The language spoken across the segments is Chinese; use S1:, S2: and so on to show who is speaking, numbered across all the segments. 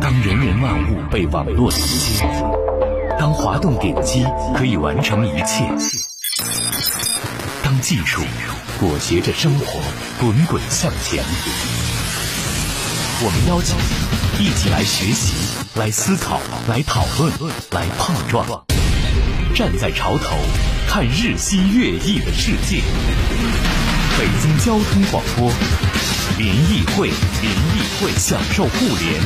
S1: 当人人万物被网络连接，当滑动点击可以完成一切，当技术裹挟着生活滚滚向前，我们邀请你一起来学习、来思考、来讨论、来碰撞，站在潮头看日新月异的世界。北京交通广播联谊会，联谊会享受互联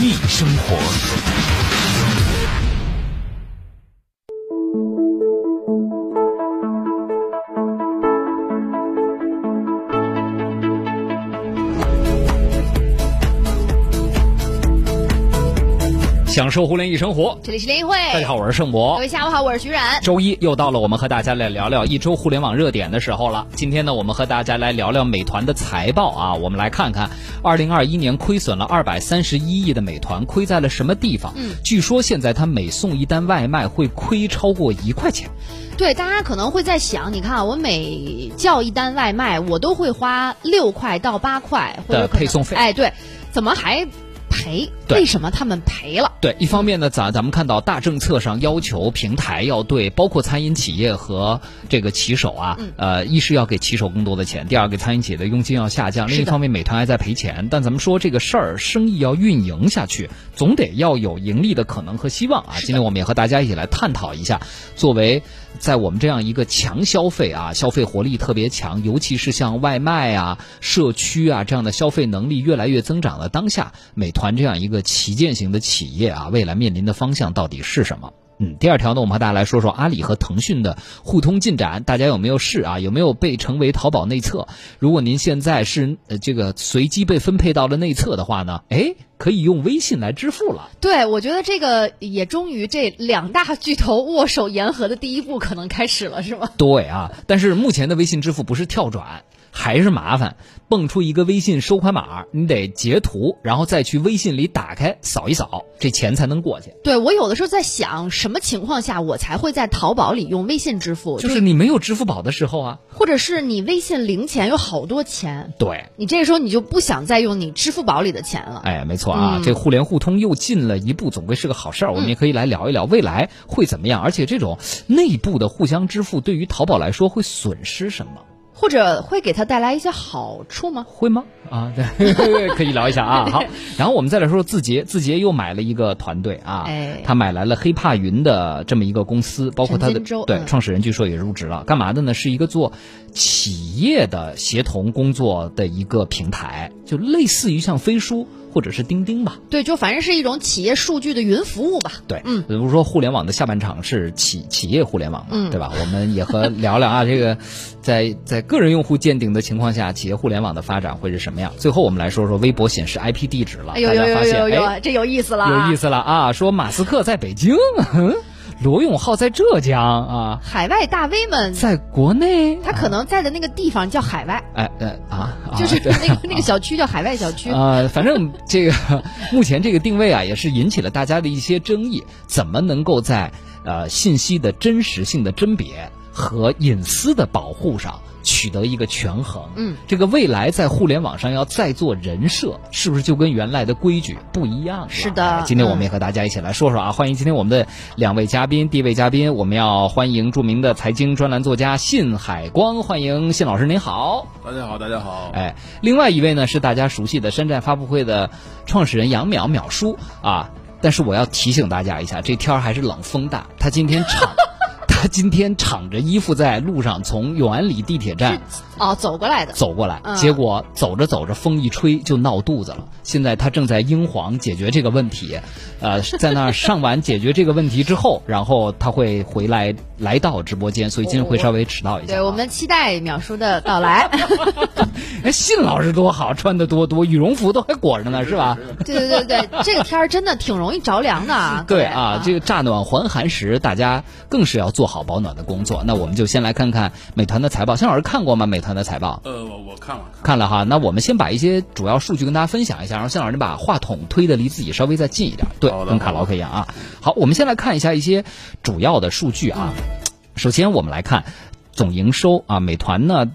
S1: 易生活。
S2: 享受互联易生活。
S3: 这里是联谊会，
S2: 大家好，我是盛
S3: 各
S2: 博
S3: 位。下午好，我是徐冉。
S2: 周一又到了我们和大家来聊聊一周互联网热点的时候了。今天呢，我们和大家来聊聊美团的财报啊，我们来看看二零二一年亏损了二百三十一亿的美团亏在了什么地方。
S3: 嗯，
S2: 据说现在它每送一单外卖会亏超过一块钱。
S3: 对，大家可能会在想，你看啊，我每叫一单外卖，我都会花六块到八块或者
S2: 的
S3: 可能
S2: 配送费
S3: 哎，对，怎么还赔？
S2: 对
S3: 为什么他们赔了？
S2: 对，一方面呢，咱咱们看到大政策上要求平台要对包括餐饮企业和这个骑手啊，
S3: 嗯
S2: 呃，一是要给骑手更多的钱，第二给餐饮企业的佣金要下降。
S3: 是
S2: 另
S3: 的
S2: 一方面，美团还在赔钱，但咱们说这个事儿，生意要运营下去，总得要有盈利的可能和希望啊。
S3: 是的
S2: 今天我们也和大家一起来探讨一下，作为在我们这样一个强消费啊，消费活力特别强，尤其是像外卖啊、社区啊这样的消费能力越来越增长的当下，美团这样一个旗舰型的企业啊，未来面临的方向到底是什么？嗯，第二条呢，我们和大家来说说阿里和腾讯的互通进展，大家有没有试啊？有没有被成为淘宝内测？如果您现在是呃这个随机被分配到了内测的话呢，哎，可以用微信来支付了。
S3: 对，我觉得这个也终于这两大巨头握手言和的第一步可能开始了，是吗？
S2: 对啊，但是目前的微信支付不是跳转，还是麻烦，蹦出一个微信收款码，你得截图，然后再去微信里打开扫一扫，这钱才能过去。
S3: 对我有的时候在想，什么情况下我才会在淘宝里用微信支付？
S2: 就是你没有支付宝的时候啊，
S3: 或者是你微信零钱有好多钱，
S2: 对。
S3: 你这个时候你就不想再用你支付宝里的钱了。
S2: 哎，没错啊，
S3: 嗯
S2: 这互联互通又进了一步，总归是个好事儿。我们也可以来聊一聊未来会怎么样，而且这种内部的互相支付对于淘宝来说会损失什么？
S3: 或者会给他带来一些好处吗？
S2: 会吗？啊， 对，可以聊一下啊。好，然后我们再来说说字节，字节又买了一个团队啊，
S3: 哎
S2: 他买来了黑怕云的这么一个公司，包括他的
S3: 陈金洲
S2: 对、
S3: 嗯
S2: 创始人据说也入职了，干嘛的呢？是一个做企业的协同工作的一个平台，就类似于像飞书或者是钉钉吧。
S3: 对，就反正是一种企业数据的云服务吧。
S2: 对，
S3: 嗯，
S2: 比如说互联网的下半场是企企业互联网嘛，
S3: 嗯
S2: 对吧？我们也和聊聊啊，这个在在个人用户见顶的情况下，企业互联网的发展会是什么样？最后我们来说说微博显示 IP 地址了，
S3: 哎呦
S2: 啊大
S3: 呦
S2: 家
S3: 呦
S2: 发现
S3: 呦
S2: 哎
S3: 呦，这有意思了，
S2: 有意
S3: 思。
S2: 思了啊！说马斯克在北京，哼罗永浩在浙江啊，
S3: 海外大 V 们，
S2: 在国内，
S3: 他可能在的那个地方叫海外，
S2: 哎呃啊，啊
S3: 就是
S2: 对
S3: 那个那个小区叫海外小区。
S2: 呃，反正这个 目前这个定位啊，也是引起了大家的一些争议，怎么能够在呃信息的真实性的甄别和隐私的保护上取得一个权衡？
S3: 嗯，
S2: 这个未来在互联网上要再做人设，是不是就跟原来的规矩不一样了？
S3: 是的嗯
S2: 哎今天我们也和大家一起来说说啊，欢迎今天我们的两位嘉宾，第一位嘉宾我们要欢迎著名的财经专栏作家信海光，欢迎信老师，您好。
S4: 大家好，大家好。
S2: 哎，另外一位呢是大家熟悉的山寨发布会的创始人杨淼淼叔啊。但是我要提醒大家一下，这天儿还是冷风大，他今天 敞，他今天敞着衣服在路上从永安里地铁站
S3: 哦，走过来的。
S2: 走过来，
S3: 嗯
S2: 结果走着走着风一吹就闹肚子了。现在他正在英皇解决这个问题，呃，在那儿上完解决这个问题之后，然后他会回来来到直播间，所以今天会稍微迟到一下啊。
S3: 对，我们期待淼叔的 到来。
S2: 哎，信老师多好，穿的多多，羽绒服都还裹着呢，是吧？
S3: 对对对对，这个天儿真的挺容易着凉的啊。各
S2: 对
S3: 位
S2: 啊，这个乍暖还寒时，大家更是要做好保暖的工作。那我们就先来看看美团的财报，向老师看过吗？美团的财报
S4: 呃，我我看了，
S2: 看了哈。那我们先把一些主要数据跟大家分享一下，然后向老师把话筒推的离自己稍微再近一点，对
S4: 好，的
S2: 跟卡拉 OK 一样啊。好，我们先来看一下一些主要的数据啊。首先我们来看。总营收啊，美团呢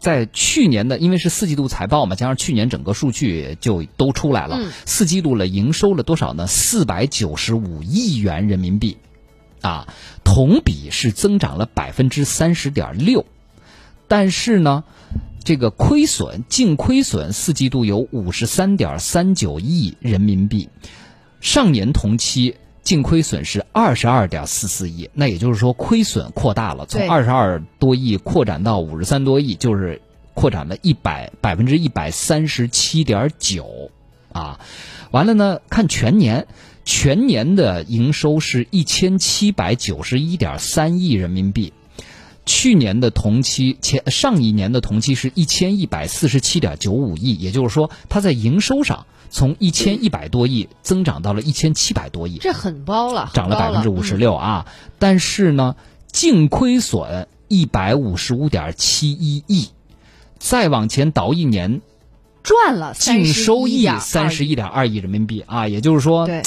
S2: 在去年的因为是四季度财报嘛，加上去年整个数据就都出来了，
S3: 嗯
S2: 四季度了营收了多少呢？四百九十五亿元人民币，啊，同比是增长了百分之三十点六，但是呢，这个亏损净亏损四季度有五十三点三九亿人民币，上年同期净亏损是二十二点四四亿，那也就是说亏损扩大了，从
S3: 对
S2: 二十二多亿扩展到五十三多亿，就是扩展了一百百分之一百三十七点九啊。完了呢，看全年，全年的营收是一千七百九十一点三亿人民币。去年的同期前上一年的同期是一千一百四十七点九五亿，也就是说，它在营收上从一千一百多亿增长到了一千七百多亿，
S3: 这很包了，
S2: 涨了
S3: 很
S2: 百
S3: 高嗯
S2: 分之五十六啊。但是呢，净亏损一百五十五点七一亿，再往前倒一年，
S3: 嗯赚了
S2: 净收益
S3: 三
S2: 三十一点二亿人民币啊，也就是说，
S3: 对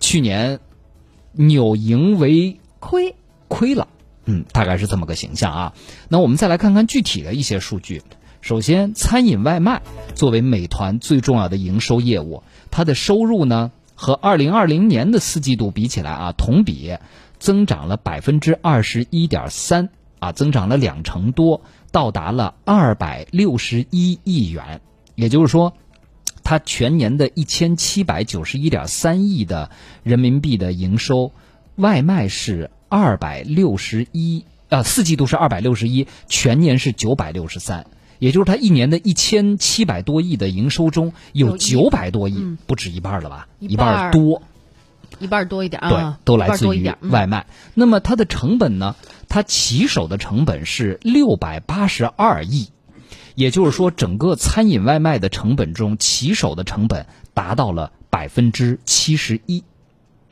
S2: 去年扭盈为
S3: 亏，
S2: 亏了，嗯，大概是这么个形象啊。那我们再来看看具体的一些数据。首先，餐饮外卖作为美团最重要的营收业务，它的收入呢和二零二零年的四季度比起来啊，同比增长了百分之二十一点三啊，增长了两成多，到达了二百六十一亿元。也就是说，它全年的一千七百九十一点三亿的人民币的营收，外卖是二百六十一，呃，四季度是二百六十一，全年是九百六十三。也就是它一年的一千七百多亿的营收中，有
S3: 有一嗯
S2: 九百多亿，不止一半了吧？
S3: 一
S2: 半
S3: 半
S2: 儿
S3: 儿
S2: 多。
S3: 一半儿多一点
S2: 对
S3: 啊，，
S2: 都
S3: 一
S2: 来
S3: 半儿
S2: 自
S3: 多一
S2: 于
S3: 点嗯
S2: 外卖。那么它的成本呢？它起手的成本是六百八十二亿，也就是说，整个餐饮外卖的成本中，起手的成本达到了百分之七十一。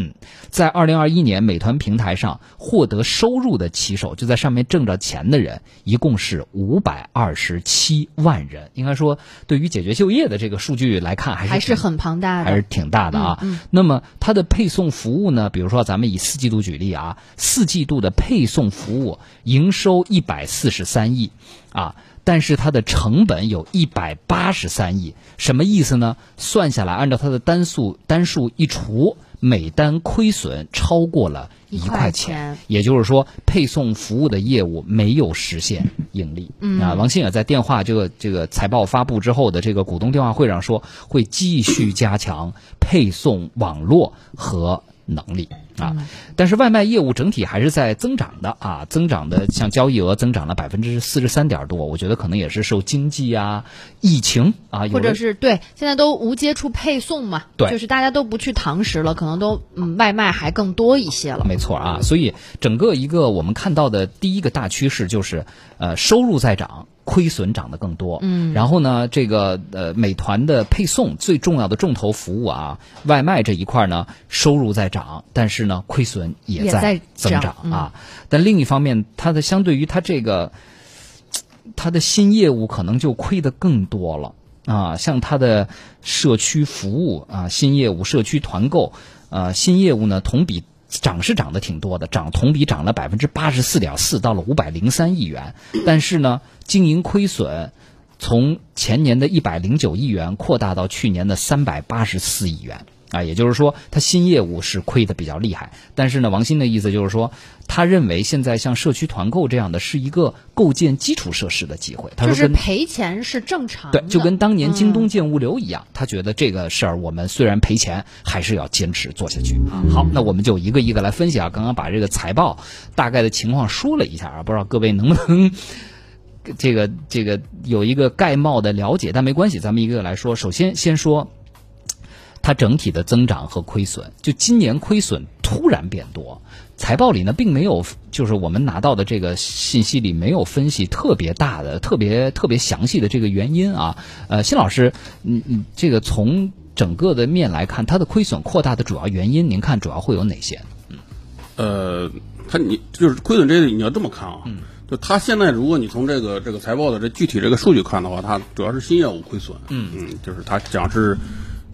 S2: 嗯，在二零二一年，美团平台上获得收入的骑手，就在上面挣着钱的人，一共是五百二十七万人。应该说，对于解决就业的这个数据来看，还是
S3: 还是
S2: 挺
S3: 很庞大
S2: 还是
S3: 的，嗯
S2: 挺大的啊。那么它的配送服务呢？比如说，咱们以四季度举例啊，四季度的配送服务营收一百四十三亿啊，但是它的成本有一百八十三亿，什么意思呢？算下来，按照它的单数单数一除，每单亏损超过了一
S3: 一
S2: 块
S3: 块
S2: 钱
S3: 钱，
S2: 也就是说，配送服务的业务没有实现盈利。嗯啊，王兴也在电话这个这个财报发布之后的这个股东电话会上说，会继续加强配送网络和能力啊。
S3: 嗯
S2: 但是外卖业务整体还是在增长的啊，增长的像交易额增长了百分之四十三点多，我觉得可能也是受经济啊、疫情啊，有
S3: 或者
S2: 的
S3: 是对，现在都无接触配送嘛，
S2: 对
S3: 就是大家都不去堂食了，可能都嗯外卖还更多一些了，
S2: 没错啊，所以整个一个我们看到的第一个大趋势就是，呃，收入在涨，亏损涨得更多。嗯，然后呢，这个呃，美团的配送最重要的重头服务啊，外卖这一块呢，收入在涨，但是呢，亏损也
S3: 也
S2: 在
S3: 在
S2: 增
S3: 涨
S2: 长啊。但另一方面，它的相对于它这个它的新业务可能就亏得更多了啊，像它的社区服务啊，新业务社区团购，呃，新业务呢同比涨是涨得挺多的，涨同比涨了百分之八十四点四，到了五百零三亿元，但是呢，经营亏损。从前年的一百零九亿元扩大到去年的三百八十四亿元啊，也就是说，它新业务是亏的比较厉害。但是呢，王鑫的意思就是说，他认为现在像社区团购这样的是一个构建基础设施的机会。他
S3: 就
S2: 说
S3: 是
S2: 跟
S3: 赔钱是正常的，
S2: 对，就跟当年京东建物流一样，他觉得这个事儿我们虽然赔钱，还是要坚持做下去啊。好，那我们就一个一个来分析啊。刚刚把这个财报大概的情况说了一下啊，不知道各位能不能这个这个有一个概貌的了解，但没关系，咱们一个个来说。首先先说它整体的增长和亏损，就今年亏损突然变多。财报里呢，并没有，就是我们拿到的这个信息里没有分析特别大的、特别特别详细的这个原因啊。呃，辛老师，嗯嗯，这个从整个的面来看，它的亏损扩大的主要原因，您看主要会有哪些？
S4: 呃，它你就是亏损这个，你要这么看啊，就它现在如果你从这个这个财报的这具体这个数据看的话，它主要是新业务亏损，嗯嗯，就是它讲是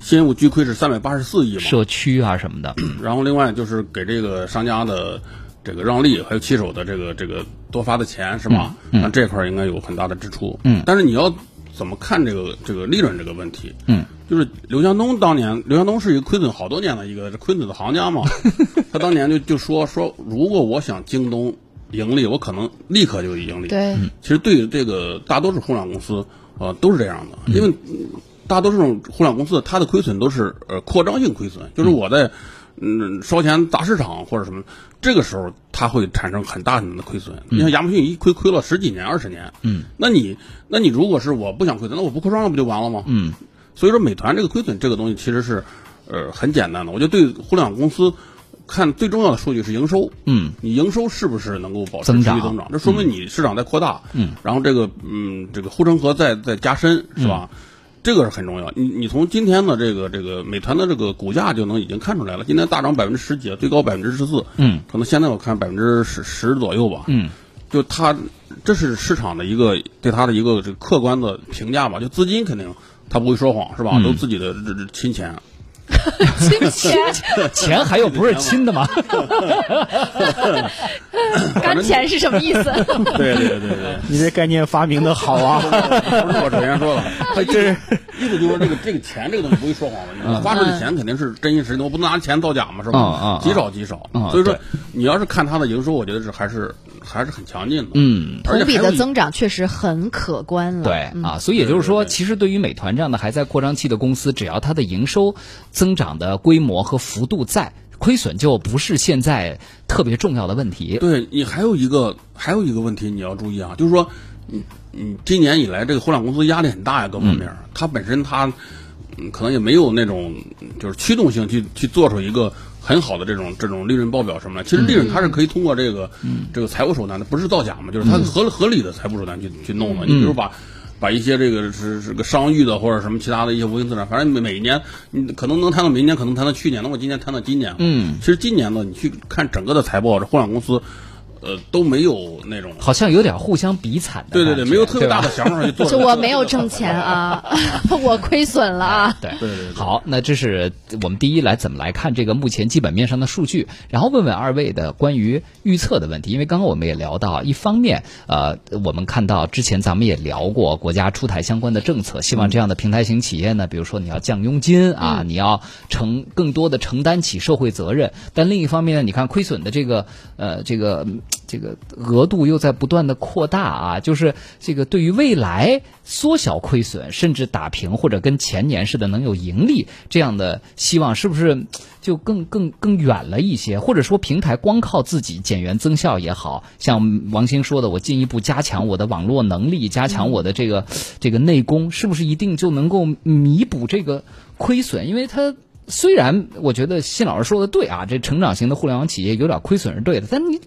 S4: 新业务巨亏是三百八十四亿嘛，
S2: 社区啊什么的，
S4: 然后另外就是给这个商家的这个让利，还有骑手的这个这个多发的钱是吧？那这块儿应该有很大的支出。
S2: 嗯
S4: 但是你要怎么看这个这个利润这个问题？
S2: 嗯，
S4: 就是刘强东当年，刘强东是一个亏损好多年的一个亏损的 行家嘛，他当年就就说说，如果我想京东盈利，我可能立刻就盈利。
S3: 对，
S4: 其实对这个大多数互联网公司啊、呃都是这样的，因为嗯大多数互联网公司它的亏损都是呃扩张性亏损，就是我在嗯烧钱砸市场或者什么，这个时候它会产生很大很大的亏损。你像亚马逊一亏亏了十几年、二十年，嗯，那你那你如果是我不想亏损，那我不扩张了不就完了吗？嗯，所以说美团这个亏损这个东西其实是呃很简单的，我觉得对互联网公司。看最重要的数据是营收，
S2: 嗯，
S4: 你营收是不是能够保持
S2: 增
S4: 持续
S2: 长嗯
S4: 增长？这说明你市场在扩大，嗯，然后这个嗯，这个护城河在在加深，是吧？
S2: 嗯
S4: 这个是很重要。你你从今天的这个这个美团的这个股价就能已经看出来了，今天大涨百分之十几，最高百分之十四，
S2: 嗯，
S4: 可能现在我看百分之十十左右吧，
S2: 嗯，
S4: 就它这是市场的一个对它的一个这个客观的评价吧，就资金肯定它不会说谎，是吧？都自己的这这亲钱，
S3: 金钱
S2: 钱还有不是亲的 吗？
S3: 干钱是什么意思？
S4: 对对对对。
S5: 你这概念发明的好啊！
S4: 不是我之前说了，他意
S5: 这
S4: 思意思就是说这个这个钱这个东西不会说谎的，你花出的钱肯定是真心实意的，我不能拿钱造假嘛，是吧？
S2: 嗯嗯嗯
S4: 极少极少。
S2: 嗯
S4: 所以说
S2: 对，
S4: 你要是看它的营收，我觉得是还是还是很强劲的。
S2: 嗯，
S4: 而且
S3: 同比
S4: 还有
S3: 的
S4: 一
S3: 增长确实很可观了。
S2: 对
S3: 嗯
S2: 啊，所以也就是说，
S4: 对对对
S2: 其实对于美团这样的还在扩张期的公司，只要它的营收增长的规模和幅度在，亏损就不是现在特别重要的问题。
S4: 对你还有一个还有一个问题你要注意啊，就是说，你你今年以来这个互联网公司压力很大呀，各方面儿，它本身它嗯可能也没有那种嗯就是驱动性去去做出一个很好的这种这种利润报表什么的。其实利润它是可以通过这个、这个财务手段的，不是造假嘛，就是它合合理的财务手段去去弄的。你比如把。把一些这个是是个商誉的或者什么其他的一些无形资产，反正每每一年你可能能谈到明年，可能谈到去年，那我今年谈到今年。嗯，其实今年呢，你去看整个的财报，这互联网公司，呃，都没有那种，
S2: 好像有点互相比惨的感
S4: 对
S2: 觉，
S4: 对对，没有特别
S2: 吧
S4: 大的想法去做。
S3: 就我没有挣钱啊， 我亏损了啊。
S2: 对
S4: 对对对
S2: 好，那这是我们第一来怎么来看这个目前基本面上的数据，然后问问二位的关于预测的问题，因为刚刚我们也聊到，一方面，呃，我们看到之前咱们也聊过国家出台相关的政策，希望这样的平台型企业呢，比如说你要降佣金啊，
S4: 嗯
S2: 你要承更多的承担起社会责任，但另一方面呢，你看亏损的这个呃这个嗯这个额度又在不断的扩大啊，就是这个对于未来缩小亏损，甚至打平或者跟前年似的能有盈利这样的希望，是不是嗯就更更更远了一些？或者说平台光靠自己减员增效也好像王兴说的，我进一步加强我的网络能力，加强我的这个这个内功，是不是一定就能够弥补这个亏损？因为它虽然我觉得辛老师说的对啊，这成长型的互联网企业有点亏损是对的，但你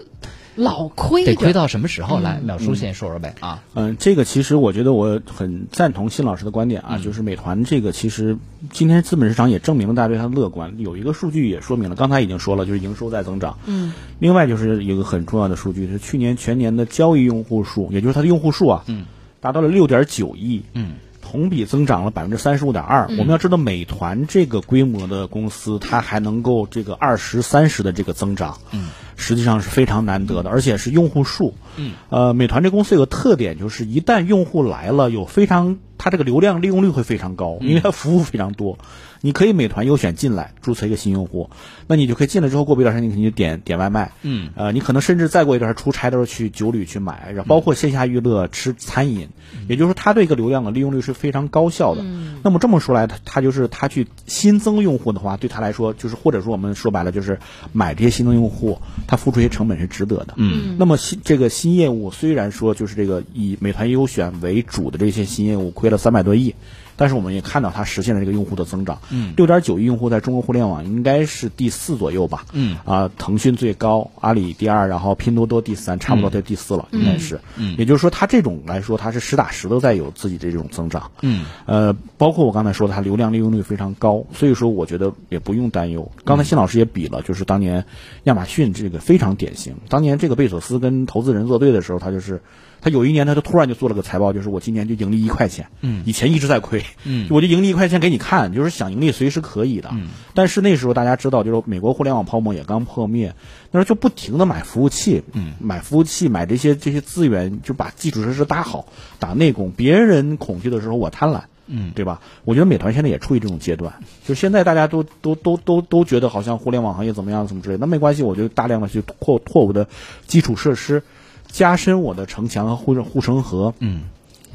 S3: 老亏
S2: 得
S3: 着
S2: 亏到什么时候来？淼叔先说说呗啊，
S5: 嗯，这个其实我觉得我很赞同辛老师的观点啊，就是美团这个其实今天资本市场也证明了大家对它的乐观，有一个数据也说明了，刚才已经说了，就是营收在增长。嗯，另外就是有一个很重要的数据是去年全年的交易用户数，也就是它的用户数啊，嗯，达到了六点九亿。嗯。同比增长了百分之三十五点二。我们要知道，美团这个规模的公司，它还能够这个二十三十的这个增长，嗯，实际上是非常难得的，而且是用户数。嗯，呃，美团这公司有个特点，就是一旦用户来了，有非常它这个流量利用率会非常高，因为它服务非常多。你可以美团优选进来注册一个新用户，那你就可以进来之后，过不一段时间你肯定就点点外卖，嗯，呃，你可能甚至再过一段时间出差的时候去酒旅去买，然后包括线下娱乐、吃餐饮，也就是说它对一个流量的利用率是非常高效的。那么这么说来，它它就是它去新增用户的话，对它来说就是或者说我们说白了就是买这些新增用户，它付出一些成本是值得的。嗯，那么新这个新业务虽然说就是这个以美团优选为主的这些新业务亏了三百多亿。但是我们也看到它实现了这个用户的增长，嗯，六点九亿用户在中国互联网应该是第四左右吧，嗯，啊，腾讯最高，阿里第二，然后拼多多第三，差不多在第四了，应该是，嗯，也就是说它这种来说，它是实打实的在有自己的这种增长，嗯，呃，包括我刚才说的，它流量利用率非常高，所以说我觉得也不用担忧。刚才辛老师也比了，就是当年亚马逊这个非常典型，当年这个贝索斯跟投资人作对的时候，他就是。他有一年，他就突然就做了个财报，就是我今年就盈利一块钱，嗯，以前一直在亏，嗯， 我就盈利一块钱给你看，就是想盈利随时可以的。嗯，但是那时候大家知道，就是美国互联网泡沫也刚破灭，那时候就不停的买服务器，嗯，买服务器，买这些这些资源，就把基础设施搭好，打内功。别人恐惧的时候，我贪婪。嗯，对吧？我觉得美团现在也处于这种阶 段，就是现在大家都都都都都觉得好像互联网行业怎么样怎么之类的，那没关系，我就大量的去拓拓我的基础设施，加深我的城墙和护城护城河，嗯，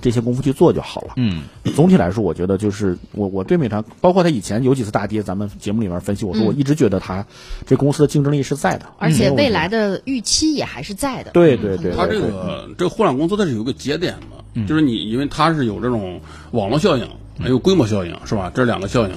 S5: 这些功夫去做就好了。嗯，总体来说，我觉得就是我我对美团，包括它以前有几次大跌，咱们节目里面分析，我说我一直觉得它这公司的竞争力是在的，
S3: 而
S2: 嗯
S3: 且未来的预期也还是在的。
S5: 对对对，嗯
S4: 它这个这个互联网公司它是有个节点的。就是你，因为它是有这种网络效应，还有规模效应，是吧？这两个效应，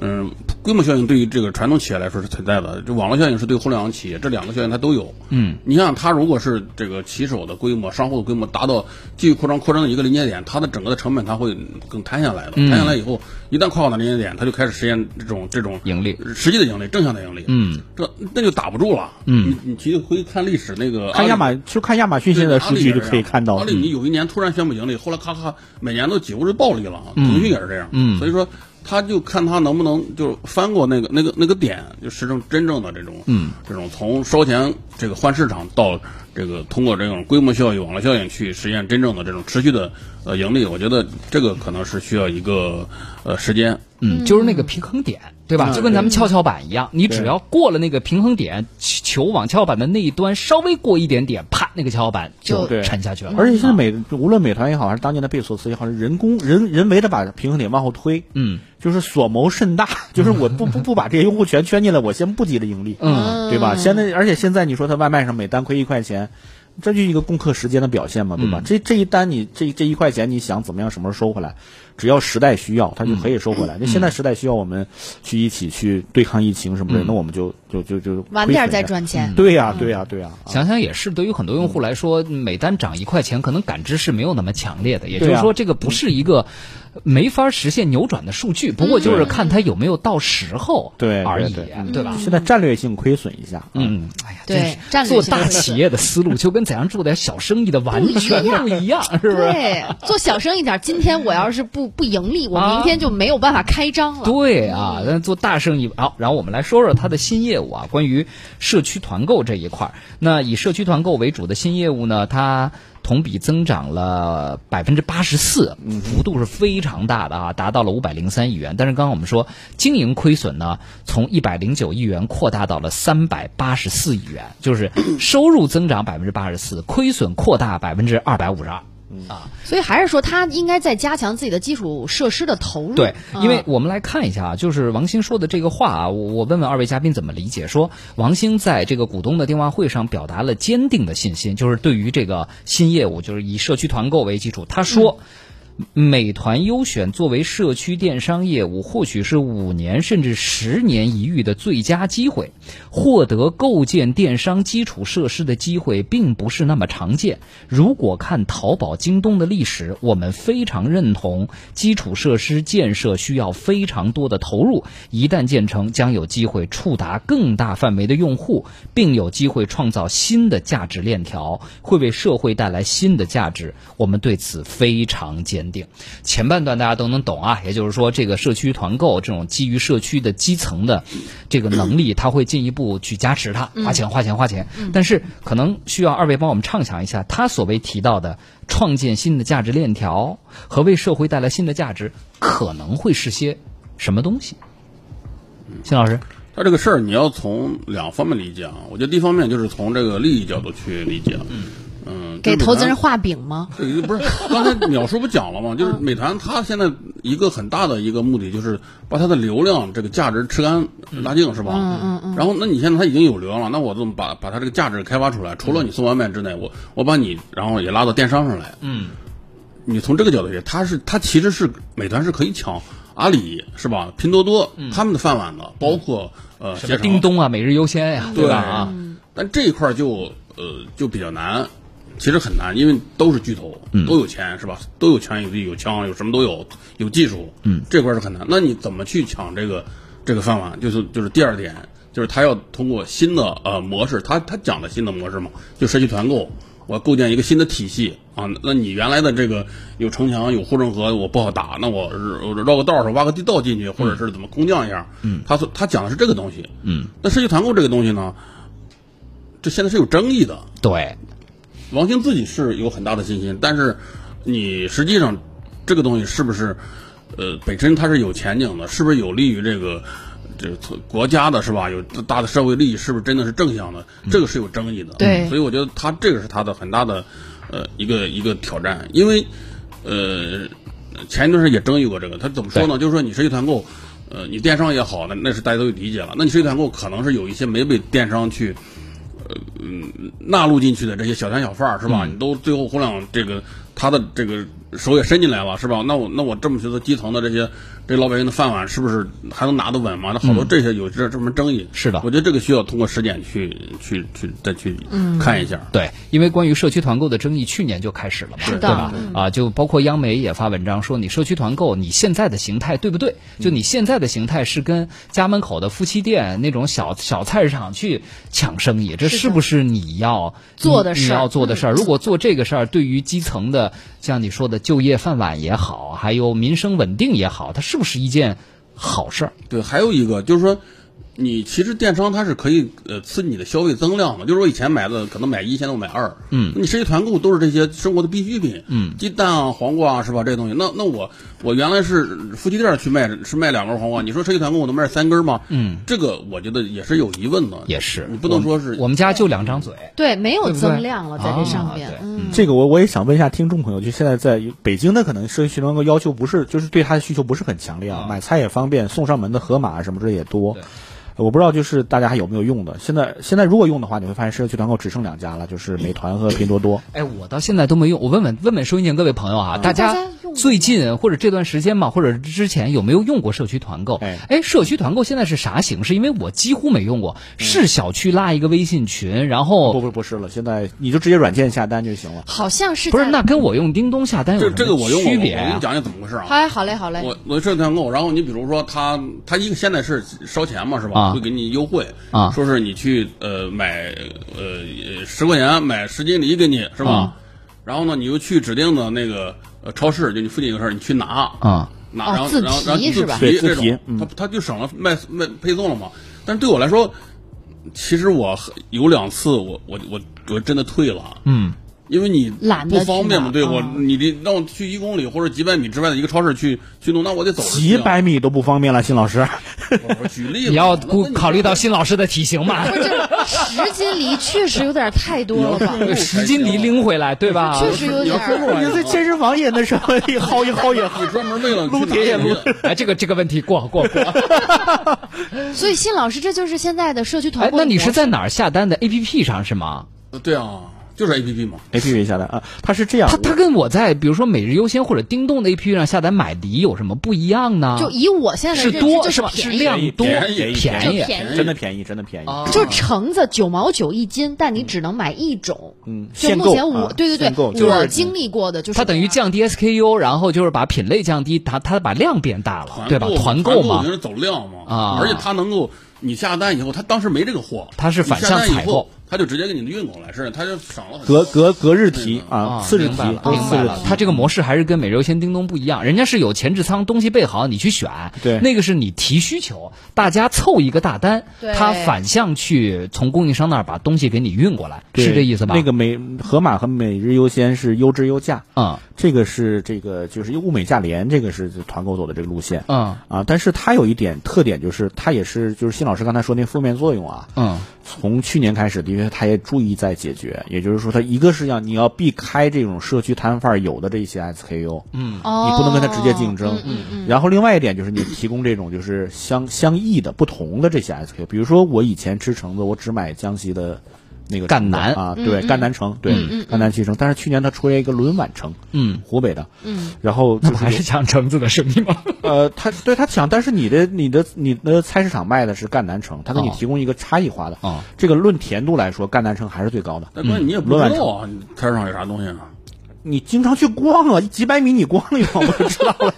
S4: 嗯，规模效应对于这个传统企业来说是存在的，这网络效应是对互联网企业，这两个效应它都有。嗯，你想，它如果是这个骑手的规模、商户的规模达到继续扩张、扩张的一个临界点，它的整个的成本它会更摊下来的。
S5: 嗯
S4: 摊下来以后，一旦跨过了临界点，它就开始实现这种这种
S2: 盈利，
S4: 实际的盈利、正向的盈利。
S2: 嗯，
S4: 这那就打不住了。嗯，你你去回看历史那个，
S5: 看亚马就看亚马逊现在的数据就可以看到。嗯
S4: 阿里，你有一年突然宣布盈利，后来咔咔每年都几乎是暴利了。啊腾讯也是这样。嗯，所以说他就看他能不能就是翻过那个那个那个点，就实证真正的这种嗯这种从烧钱这个换市场到这个通过这种规模效应、网络效应去实现真正的这种持续的呃盈利。我觉得这个可能是需要一个呃时间。
S2: 嗯，就是那个平衡点，对
S5: 嗯
S2: 吧？就跟咱们跷跷板一样，你只要过了那个平衡点，球往跷跷板的那一端稍微过一点点，啪，那个跷跷板就
S5: 对
S2: 哦
S5: 嗯
S2: 沉下去了。
S5: 而且现在美，无论美团也好，还是当年的贝索斯也好，是人工人人为的把平衡点往后推，
S2: 嗯，
S5: 就是所谋甚大，就是我不不不把这些用户全圈进来，我先不急着盈利，
S2: 嗯
S5: 对吧？现在，而且现在你说它外卖上每单亏一块钱，这就是一个攻克时间的表现嘛，对
S2: 嗯
S5: 吧？这这一单你这这一块钱你想怎么样什么时候收回来？只要时代需要，它就可以收
S2: 嗯
S5: 回来。那、现在时代需要我们去一起去对抗疫情什
S2: 嗯
S5: 么的，那我们就就就就
S3: 晚点再赚嗯钱
S5: 亏损一下。对呀、对呀、对呀、啊
S2: 想想也是，对于很多用户来说，每单涨一块钱，可能感知是没有那么强烈的。也就是
S5: 对啊
S2: 说，这个不是一个没法实现扭转的数据，不过就是 看它有没有到时候
S5: 嗯对
S2: 而已
S5: 对嗯
S2: 对
S5: 对，
S2: 吧？
S5: 现在战略性亏损一下，
S2: 嗯，哎呀，
S3: 对
S2: 真是
S3: 战略
S2: 做
S3: 性
S2: 大
S3: 亏损
S2: 企业的思路就跟怎样做点小生意的完
S3: 不一
S2: 全
S3: 样
S2: 不一样，是不是？
S3: 对，做小生意点儿。今天我要是不不盈利，我
S2: 啊
S3: 明天就没有办法开张了。
S2: 对啊，那做大生意好，然后我们来说说它的新业务啊，关于社区团购这一块儿。那以社区团购为主的新业务呢，它同比增长了百分之八十四，幅度是非常大的啊，达到了五百零三亿元。但是刚刚我们说经营亏损呢，从一百零九亿元扩大到了三百八十四亿元，就是收入增长百分之八十四，亏损扩大百分之二百五十二。
S3: 所以还是说他应该再加强自己的基础设施的投入。
S2: 对，
S3: 嗯
S2: 因为我们来看一下啊，就是王兴说的这个话啊，我我问问二位嘉宾怎么理解？说王兴在这个股东的电话会上表达了坚定的信心，就是对于这个新业务，就是以社区团购为基础，他说。美团优选作为社区电商业务，或许是五年甚至十年一遇的最佳机会。获得构建电商基础设施的机会并不是那么常见。如果看淘宝、京东的历史，我们非常认同基础设施建设需要非常多的投入，一旦建成，将有机会触达更大范围的用户，并有机会创造新的价值链条，会为社会带来新的价值。我们对此非常坚定。前半段大家都能懂啊，也就是说，这个社区团购这种基于社区的基层的这个能力，它会进一步去加持它，花钱花钱花钱。但是可能需要二位帮我们畅想一下，他所谓提到的创建新的价值链条和为社会带来新的价值，可能会是些什么东西？辛老师，
S4: 他这个事儿你要从两方面理解啊，我觉得第一方面就是从这个利益角度去理解，嗯，
S3: 给
S4: 就是
S3: 投资
S4: 美
S3: 人
S4: 团
S3: 画饼吗？
S4: 对，不是，刚才鸟叔不讲了吗？ 就是美团，它现在一个很大的一个目的就是把它的流量这个价值吃干拉净，是吧？嗯嗯嗯。然后，那你现在它已经有流量了，那我怎么把把它这个价值开发出来？除了你送外卖之内，我我把你然后也拉到电商上来。嗯。你从这个角度去，它是它其实是美团是可以抢阿里是吧？拼多多他们的饭碗的，包括呃携程、
S2: 嗯叮咚啊，每日优先呀、
S4: 对
S2: 吧？啊，
S4: 嗯但这一块儿就呃就比较难，其实很难，因为都是巨头，都有钱是吧？都有权有利有枪有什么都有，有技术，嗯，这块儿是很难。那你怎么去抢这个这个饭碗？就是就是第二点，就是他要通过新的呃模式，他他讲的新的模式嘛，就社区团购。我要构建一个新的体系啊。那你原来的这个有城墙有护城河，我不好打，那我是我绕个道上挖个地道进去，或者是怎么空降一下。嗯，他说他讲的是这个东西。
S2: 嗯，
S4: 那社区团购这个东西呢，这现在是有争议的。
S2: 对，
S4: 王兴自己是有很大的信心，但是你实际上这个东西是不是，呃，本身它是有前景的，是不是有利于这个这国家的，是吧？有大的社会利益，是不是真的是正向的？这个是有争议的。
S3: 对
S4: 所以我觉得他这个是他的很大的呃一个一个挑战，因为呃前一段时间也争议过这个，他怎么说呢？就是说你实际团购。呃，你电商也好，那那是大家都理解了。那你实际团购可能是有一些没被电商去纳入进去的这些小摊小贩儿是吧？
S2: 嗯
S4: 你都最后互联网这个他的这个手也伸进来了是吧？那我那我这么觉得基层的这些这老百姓的饭碗是不是还能拿得稳吗？那好多这些有这这么争议。
S2: 嗯是的
S4: 我觉得这个需要通过实践去去去再去看一下。
S2: 对，因为关于社区团购的争议，去年就开始了嘛，
S3: 是的
S2: 对吧？啊，就包括央媒也发文章说，你社区团购你现在的形态对不对？就你现在的形态是跟家门口的夫妻店那种小小菜市场去抢生意，这
S3: 是的
S2: 是不是你要
S3: 做的
S2: 你
S3: 事
S2: 你
S3: 儿
S2: 要做的事儿？如果做这个事儿，对于基层的像你说的就业饭碗也好，还有民生稳定也好，它是不是一件好事儿？
S4: 对，还有一个就是说，你其实电商它是可以呃刺激你的消费增量的，就是我以前买的可能买一，现在我买二，嗯，你实际团购都是这些生活的必需品，嗯，鸡蛋啊、黄瓜啊是吧？这些东西，那那我我原来是夫妻店去卖是卖两根黄瓜，你说实际团购我能卖三根吗？嗯，这个我觉得也是有疑问的，
S2: 也是
S4: 你不能说是
S2: 我们家就两张嘴，
S3: 对，没有
S2: 对不对
S3: 增量了在这上
S2: 啊
S3: 面
S2: 对。
S3: 嗯，
S5: 这个我我也想问一下听众朋友，就现在在北京的可能社区能够要求不是，就是对他的需求不是很强烈啊，买菜也方便，送上门的盒马什么之类也多
S2: 对。
S5: 我不知道就是大家还有没有用的，现在现在如果用的话，你会发现社区团购只剩两家了，就是美团和拼多 多。
S2: 哎，我到现在都没用。我问问问问收音机前各位朋友啊，大家
S3: 大家用
S2: 最近或者这段时间嘛，或者之前有没有用过社区团购？
S5: 哎
S2: 哎，社区团购现在是啥形式？因为我几乎没用过，是小区拉一个微信群，然
S5: 不
S2: 后
S5: 不不是了，现在你就直接软件下单就行了。
S3: 好像是
S2: 不是
S3: 在
S2: 那跟我用叮咚下单有
S4: 这
S2: 什么
S4: 这个我用过，
S2: 区
S4: 我
S2: 别
S4: 跟
S2: 啊
S4: 你？讲讲怎么回事啊？
S3: 哎，好嘞，好嘞，
S4: 我我社区团购，然后你比如说他他一个现在是烧钱嘛，是吧？
S2: 啊
S4: 会给你优惠
S2: 啊
S4: 说是你去呃买呃十块钱买十斤梨给你是吧？
S2: 啊
S4: 然后呢，你又去指定的那个呃超市，就你附近有事儿，你去拿
S2: 啊，
S4: 拿，
S3: 哦
S4: 然后
S3: 自
S4: 然后然后
S3: 提
S4: 你
S3: 是
S4: 自
S3: 吧
S5: 对
S4: 提
S5: 自
S4: 这
S5: 提
S4: 种，
S5: 嗯
S4: 他他就省了卖卖配送了嘛。但是对我来说，其实我很有两次我我我我真的退了，啊
S2: 嗯，
S4: 因为你
S3: 懒得
S4: 不方便嘛，
S3: 去
S4: 对
S3: 拿
S4: 我
S3: 啊
S4: 你得让我去一公里或者几百米之外的一个超市去去弄，那我得走着去
S5: 几
S4: 啊
S5: 百米都不方便了，辛老 师。
S4: 我我 举例子，
S2: 也要
S4: 那
S2: 顾考虑到。辛老师的体型嘛，
S3: 这十斤梨确实有点太多了吧？
S2: 十斤梨拎回来对吧？
S3: 确实有点儿。
S4: 那你
S5: 健身房也那什么，一薅一薅也
S4: 你专门为了撸
S5: 铁也撸
S2: 哎，这个这个问题过过过。
S3: 所以辛老师，这就是现在的社区团
S2: 哎，
S3: 购
S2: 那
S3: 的模式。
S2: 你是在哪儿下单的？A P P 上是吗？
S4: 对啊，就是 A P P 嘛。
S5: A P P 下单啊，它是这样，
S2: 它它跟我在比如说每日优先或者叮咚的 APP 上下单买梨有什么不一样呢？
S3: 就以我现在
S2: 是
S3: 的认知，
S2: 多
S3: 就是
S2: 吧？是
S3: 便宜，
S2: 量多
S4: 便宜
S2: 便
S3: 就
S2: 宜
S3: 便宜
S5: 真的便宜，真的便宜。
S2: 啊！嗯
S3: 就是橙子九毛九一斤，但你只能买一种。
S5: 嗯
S3: 就
S5: 限
S3: 目
S5: 购
S3: 前我
S5: 啊
S3: 对对
S5: 限购
S3: 对，
S5: 就是
S3: 我经历过的就是
S2: 它等于降低 SKU，然后就是把品类降低，它它把量变大了，对吧？团购嘛
S4: 就，是走量嘛。
S2: 啊
S4: 而且它能够，你下单以后，它当时没这个货，
S2: 它是反向
S4: 你下单以
S2: 采
S4: 后
S2: 购，
S4: 它就直接给你运过来，是，它就省了很多。
S5: 隔隔隔日提啊，
S2: 啊
S5: 次日
S2: 明
S5: 提
S2: 白了，
S5: 都是
S2: 明
S5: 次
S2: 白
S5: 日
S2: 了
S5: 提。。
S2: 它这个模式还是跟每日优先、叮咚不一样，人家是有前置仓，东西备好，你去选。
S5: 对
S2: 那个是你提需求，大家凑一个大单
S3: 对，
S2: 它反向去从供应商那儿把东西给你运过来，
S5: 对
S2: 是这意思吧？
S5: 那个美盒马和每日优先是优质优价，
S2: 嗯
S5: 这个是这个就是物美价廉，这个是团购走的这个路线
S2: 嗯
S5: 啊。但是它有一点特点，就是它也是就是辛老师刚才说那负面作用啊，
S2: 嗯，
S5: 从去年开始，的确它也注意在解决，也就是说，它一个是要你要避开这种社区摊贩有的这些 SKU，嗯，
S3: 哦
S5: 你不能跟它直接竞争，嗯嗯。然后另外一点就是你提供这种就是相相异的不同的这些 SKU，比如说我以前吃橙子，我只买江西的。那个
S2: 赣
S5: 橙子
S2: 南
S5: 啊，对，赣南橙，对，赣南七橙，但是去年它出了一个轮碗橙，
S2: 嗯，
S5: 湖北的，嗯，然后
S2: 那
S5: 就
S2: 不还
S5: 有
S2: 是讲橙子的生意吗？
S5: 呃，他对他抢，但是你的你的你的菜市场卖的是赣南城，他给你
S2: 哦
S5: 提供一个差异化的。
S2: 哦
S5: 这个论甜度来说，赣南城还是最高的。
S4: 但关键你也不知道啊，你菜市场有啥东西啊？
S5: 你经常去逛啊，几百米你逛了一逛，我就知道了。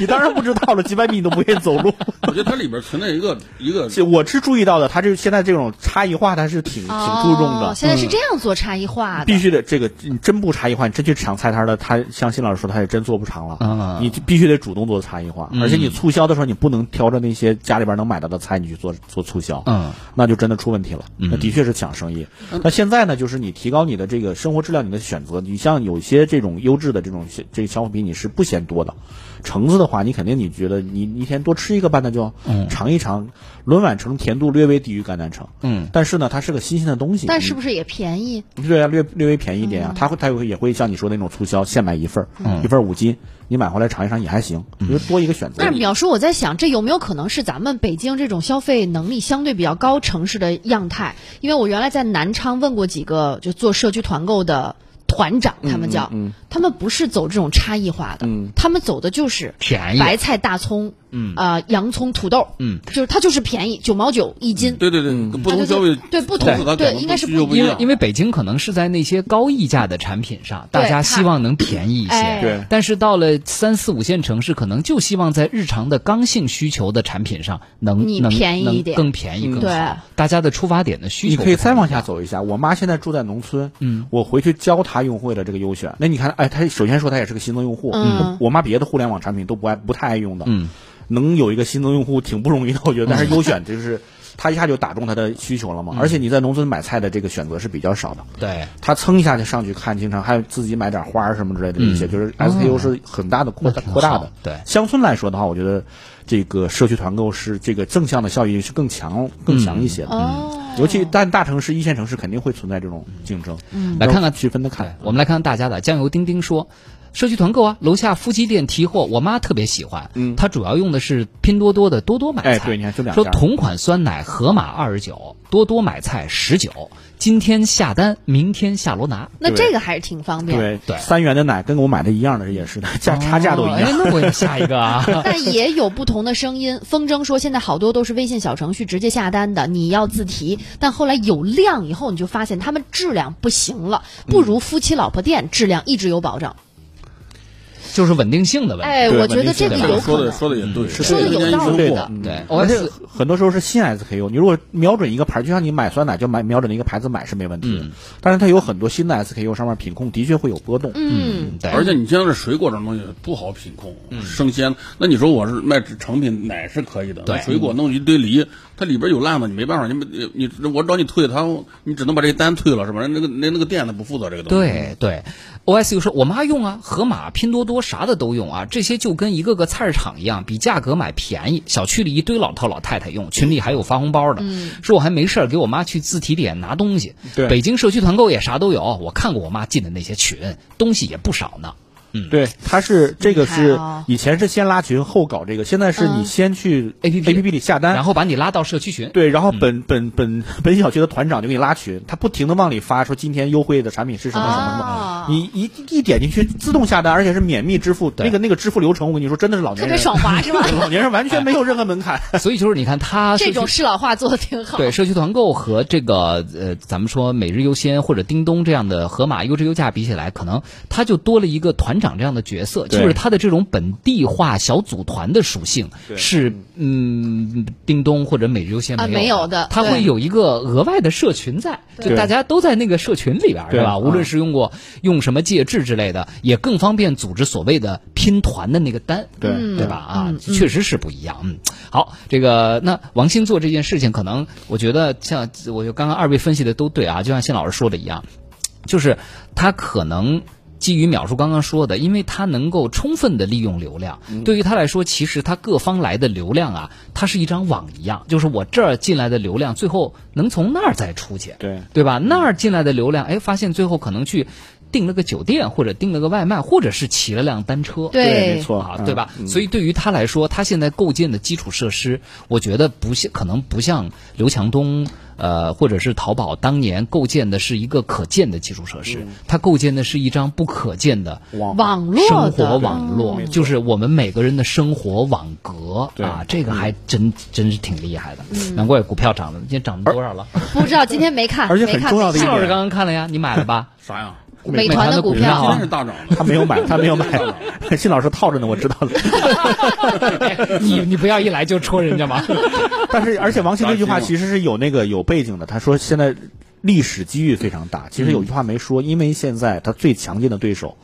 S5: 你当然不知道了，几百米你都不愿意走路。
S4: 我觉得它里边存在一个一个
S5: 这我是注意到的，它这现在这种差异化，它是挺挺注重的。
S3: 哦现在
S2: 嗯
S3: 是这样做差异化的，
S5: 必须得这个，你真不差异化，你真去抢菜摊的，他像辛老师说，他也真做不长了。
S2: 啊
S3: 嗯
S5: 你必须得主动做差异化，而且你促销的时候，你不能挑着那些家里边能买到的菜你去做做促销，
S2: 嗯，
S5: 那就真的出问题了。
S3: 嗯
S5: 那的确是抢生意。那现在呢，就是你提高你的这个生活质量，你的选择，你像有些这种优质的这种小这个消费品，你是不嫌多的。橙子的话，你肯定你觉得你你一天多吃一个半，那就
S3: 嗯
S5: 尝一尝。轮碗橙甜度略微低于橄榄橙，
S2: 嗯，
S5: 但是呢，它是个新鲜的东西，
S3: 但是不是也便宜？
S5: 对啊，略略微便宜一点啊，他会他会也会像你说的那种促销，现买一份儿，一份儿五斤，你买回来尝一尝也还行，你就多一个选择
S3: 但。是淼叔，我在想，这有没有可能是咱们北京这种消费能力相对比较高城市的样态？因为我原来在南昌问过几个就做社区团购的团长，他们叫，他们不是走这种差异化的，他们走的就是
S2: 便宜
S3: 白菜、大葱，嗯，啊、洋葱、土豆，嗯，就是它就是便宜，九毛九一斤。
S4: 对对对，
S5: 嗯
S4: 不同消费
S3: 啊对对对不同
S4: 层次它
S3: 对
S4: 可能
S3: 应该是
S4: 需求
S3: 不
S4: 不
S3: 一
S4: 一
S2: 因为
S4: 样。
S2: 因为北京可能是在那些高溢价的产品上，大家希望能便宜一些
S3: 哎。
S5: 对
S2: 但是到了三四五线城市，可能就希望在日常的刚性需求的产品上能
S3: 你
S2: 能
S3: 便宜一点嗯
S2: 能更便宜更好。
S3: 对
S2: 大家的出发点的需
S5: 你
S2: 求，
S5: 可以再往下。走一下，我妈现在住在农村，嗯，我回去教她用户的这个优选。那你看，哎，她首先说她也是个新增用户，
S3: 嗯
S5: 我我妈别的互联网产品都不爱不太爱用的，嗯，能有一个新增用户挺不容易的，我觉得。但是优选就是她一下就打中她的需求了嘛，而且你在农村买菜的这个选择是比较少的，
S2: 对，
S5: 他蹭一下就上去看，经常还有自己买点花儿什么之类的这些，就是 SKU 是很大的扩
S2: 嗯
S5: 大、
S2: 那挺
S5: 扩大
S2: 好
S5: 的。
S2: 对
S5: 乡村来说的话，我觉得这个社区团购是这个正向的效益是更强、更强一些的。
S2: 嗯
S5: 嗯
S3: 哦，
S5: 尤其但大城市、一线城市肯定会存在这种竞争。嗯
S2: 来看看
S5: 区分的看。
S2: 我们来看看大家的。酱油丁丁说，社区团购啊，楼下夫妻店提货，我妈特别喜欢。嗯，她主要用的是拼多多的多多买菜。
S5: 哎对你看就两
S2: 说
S5: 家
S2: 同款酸奶盒马二十九，多多买菜十九，今天下单，明天下楼拿。
S3: 那
S5: 对
S3: 这个还是挺方便。
S5: 对
S2: 对
S5: 三元的奶跟我买的一样的也是的，价差价都一
S2: 哦哎
S5: 样。
S2: 那我也下一个啊。
S3: 但也有不同的声音。风筝说，现在好多都是微信小程序直接下单的，你要自提。但后来有量以后，你就发现他们质量不行了，
S5: 嗯
S3: 不如夫妻老婆店质量一直有保证。
S2: 就是稳定性的问题。
S3: 哎，
S5: 对
S3: 我觉得这个有
S4: 说
S3: 可
S4: 的
S3: 能。
S4: 说的也对，
S3: 说的有
S2: 哎
S3: 道 理的
S5: 嗯
S2: 对
S5: 而且
S2: OS
S5: 很多时候是新 SKU，你如果瞄准一个牌，就像你买酸奶就买瞄准一个牌子买是没问题
S2: 嗯
S5: 的，但是它有很多新的 SKU 上面品控的确会有波动。
S3: 嗯，
S2: 对，
S4: 而且你像这水果这种东西不好品控，
S2: 嗯
S4: 生鲜。那你说我是卖成品奶是可以的，
S2: 对
S4: 那水果弄一堆梨，它里边有烂子，你没办法，你没你我找你退它，你只能把这单退了，是吧？那个那那个店它不负责这个东西。
S2: 对对，OS 又说，我妈用啊，盒马、拼多多啥的都用啊，这些就跟一个个菜市场一样，比价格买便宜。小区里一堆老头老太太用，群里还有发红包的，
S3: 嗯
S2: 说我还没事儿给我妈去自提点拿东西。
S5: 对
S2: 北京社区团购也啥都有，我看过我妈进的那些群，东西也不少呢。
S5: 对，它是这个
S3: 厉
S5: 是
S3: 害哦嗯
S5: 以前是先拉群后搞这个，现在是你先去 A
S2: APP
S5: P 嗯 P 里下单，
S2: 然后把你拉到社区群。
S5: 哎对，然后本、本本本小区的团长就给你拉群，他不停的往里发说今天优惠的产品是什么什么什么，
S3: 啊
S5: 你一一点进去自动下单，而且是免密支付，那个那个支付流程我跟你说真的是老
S3: 特
S5: 年
S3: 别
S5: 人
S3: 爽滑 是吧？
S5: 老年人完全没有任何门槛。
S2: 所以就是你看她社
S3: 这
S2: 区
S3: 种适老化做的挺好。
S2: 对，社区团购和这个呃，咱们说每日优先或者叮咚这样的盒马优质优价比起来，可能它就多了一个团长这样的角色，
S5: 对
S2: 就是它的这种本地化小组团的属性是嗯，叮咚或者每日优先
S3: 啊
S2: 没
S3: 没有的
S2: 它
S3: 对
S2: 会有一个额外的社群在，就
S5: 对
S2: 大家都在那个社群里边儿，
S5: 对
S2: 是吧？无论是用过用什么介质之类的，也更方便组织所谓的拼团的那个单，
S5: 对
S2: 对吧？啊，确实是不一样。嗯，好，这个那王鑫做这件事情，可能我觉得像我就刚刚二位分析的都对啊，就像谢老师说的一样，就是他可能。基于淼叔刚刚说的，因为他能够充分的利用流量，
S5: 嗯
S2: 对于他来说，其实他各方来的流量啊，它是一张网一样，就是我这儿进来的流量，最后能从那儿再出去，
S5: 对
S2: 对吧？那儿进来的流量，哎，发现最后可能去订了个酒店，或者订了个外卖，或者是骑了辆单车，
S3: 对
S5: 对，没错，
S2: 啊，
S5: 嗯
S2: 对吧？所以对于他来说，他现在构建的基础设施，我觉得不像可能不像刘强东呃，或者是淘宝当年构建的是一个可见的基础设施，他构建的是一张不可见的
S5: 嗯网
S3: 网络
S2: 生
S3: 的
S2: 活网络，就是我们每个人的生活网格啊，这
S5: 嗯
S2: 个还真真是挺厉害的，难怪股票
S5: 嗯
S2: 涨了，今天涨了多少了？
S3: 不知道今天没看，
S5: 而且
S3: 没
S5: 很
S3: 看
S5: 重要的一
S2: 谢
S5: 点
S2: 老师刚刚看了呀，你买了吧？
S4: 啥呀？
S3: 美
S2: 团
S3: 团
S2: 的
S3: 的股
S2: 股
S3: 票
S2: 票啊
S4: 真是大涨了。
S5: 他没有买， 他没有买。信老师套着呢，我知道了。
S2: 你你不要一来就戳人家嘛。
S5: 但是，而且王鑫这句话
S4: 扎心了
S5: 其实是有那个有背景的。他说现在历史机遇非常大。其实有句话没
S2: 嗯
S5: 说，因为现在他最强劲的对手，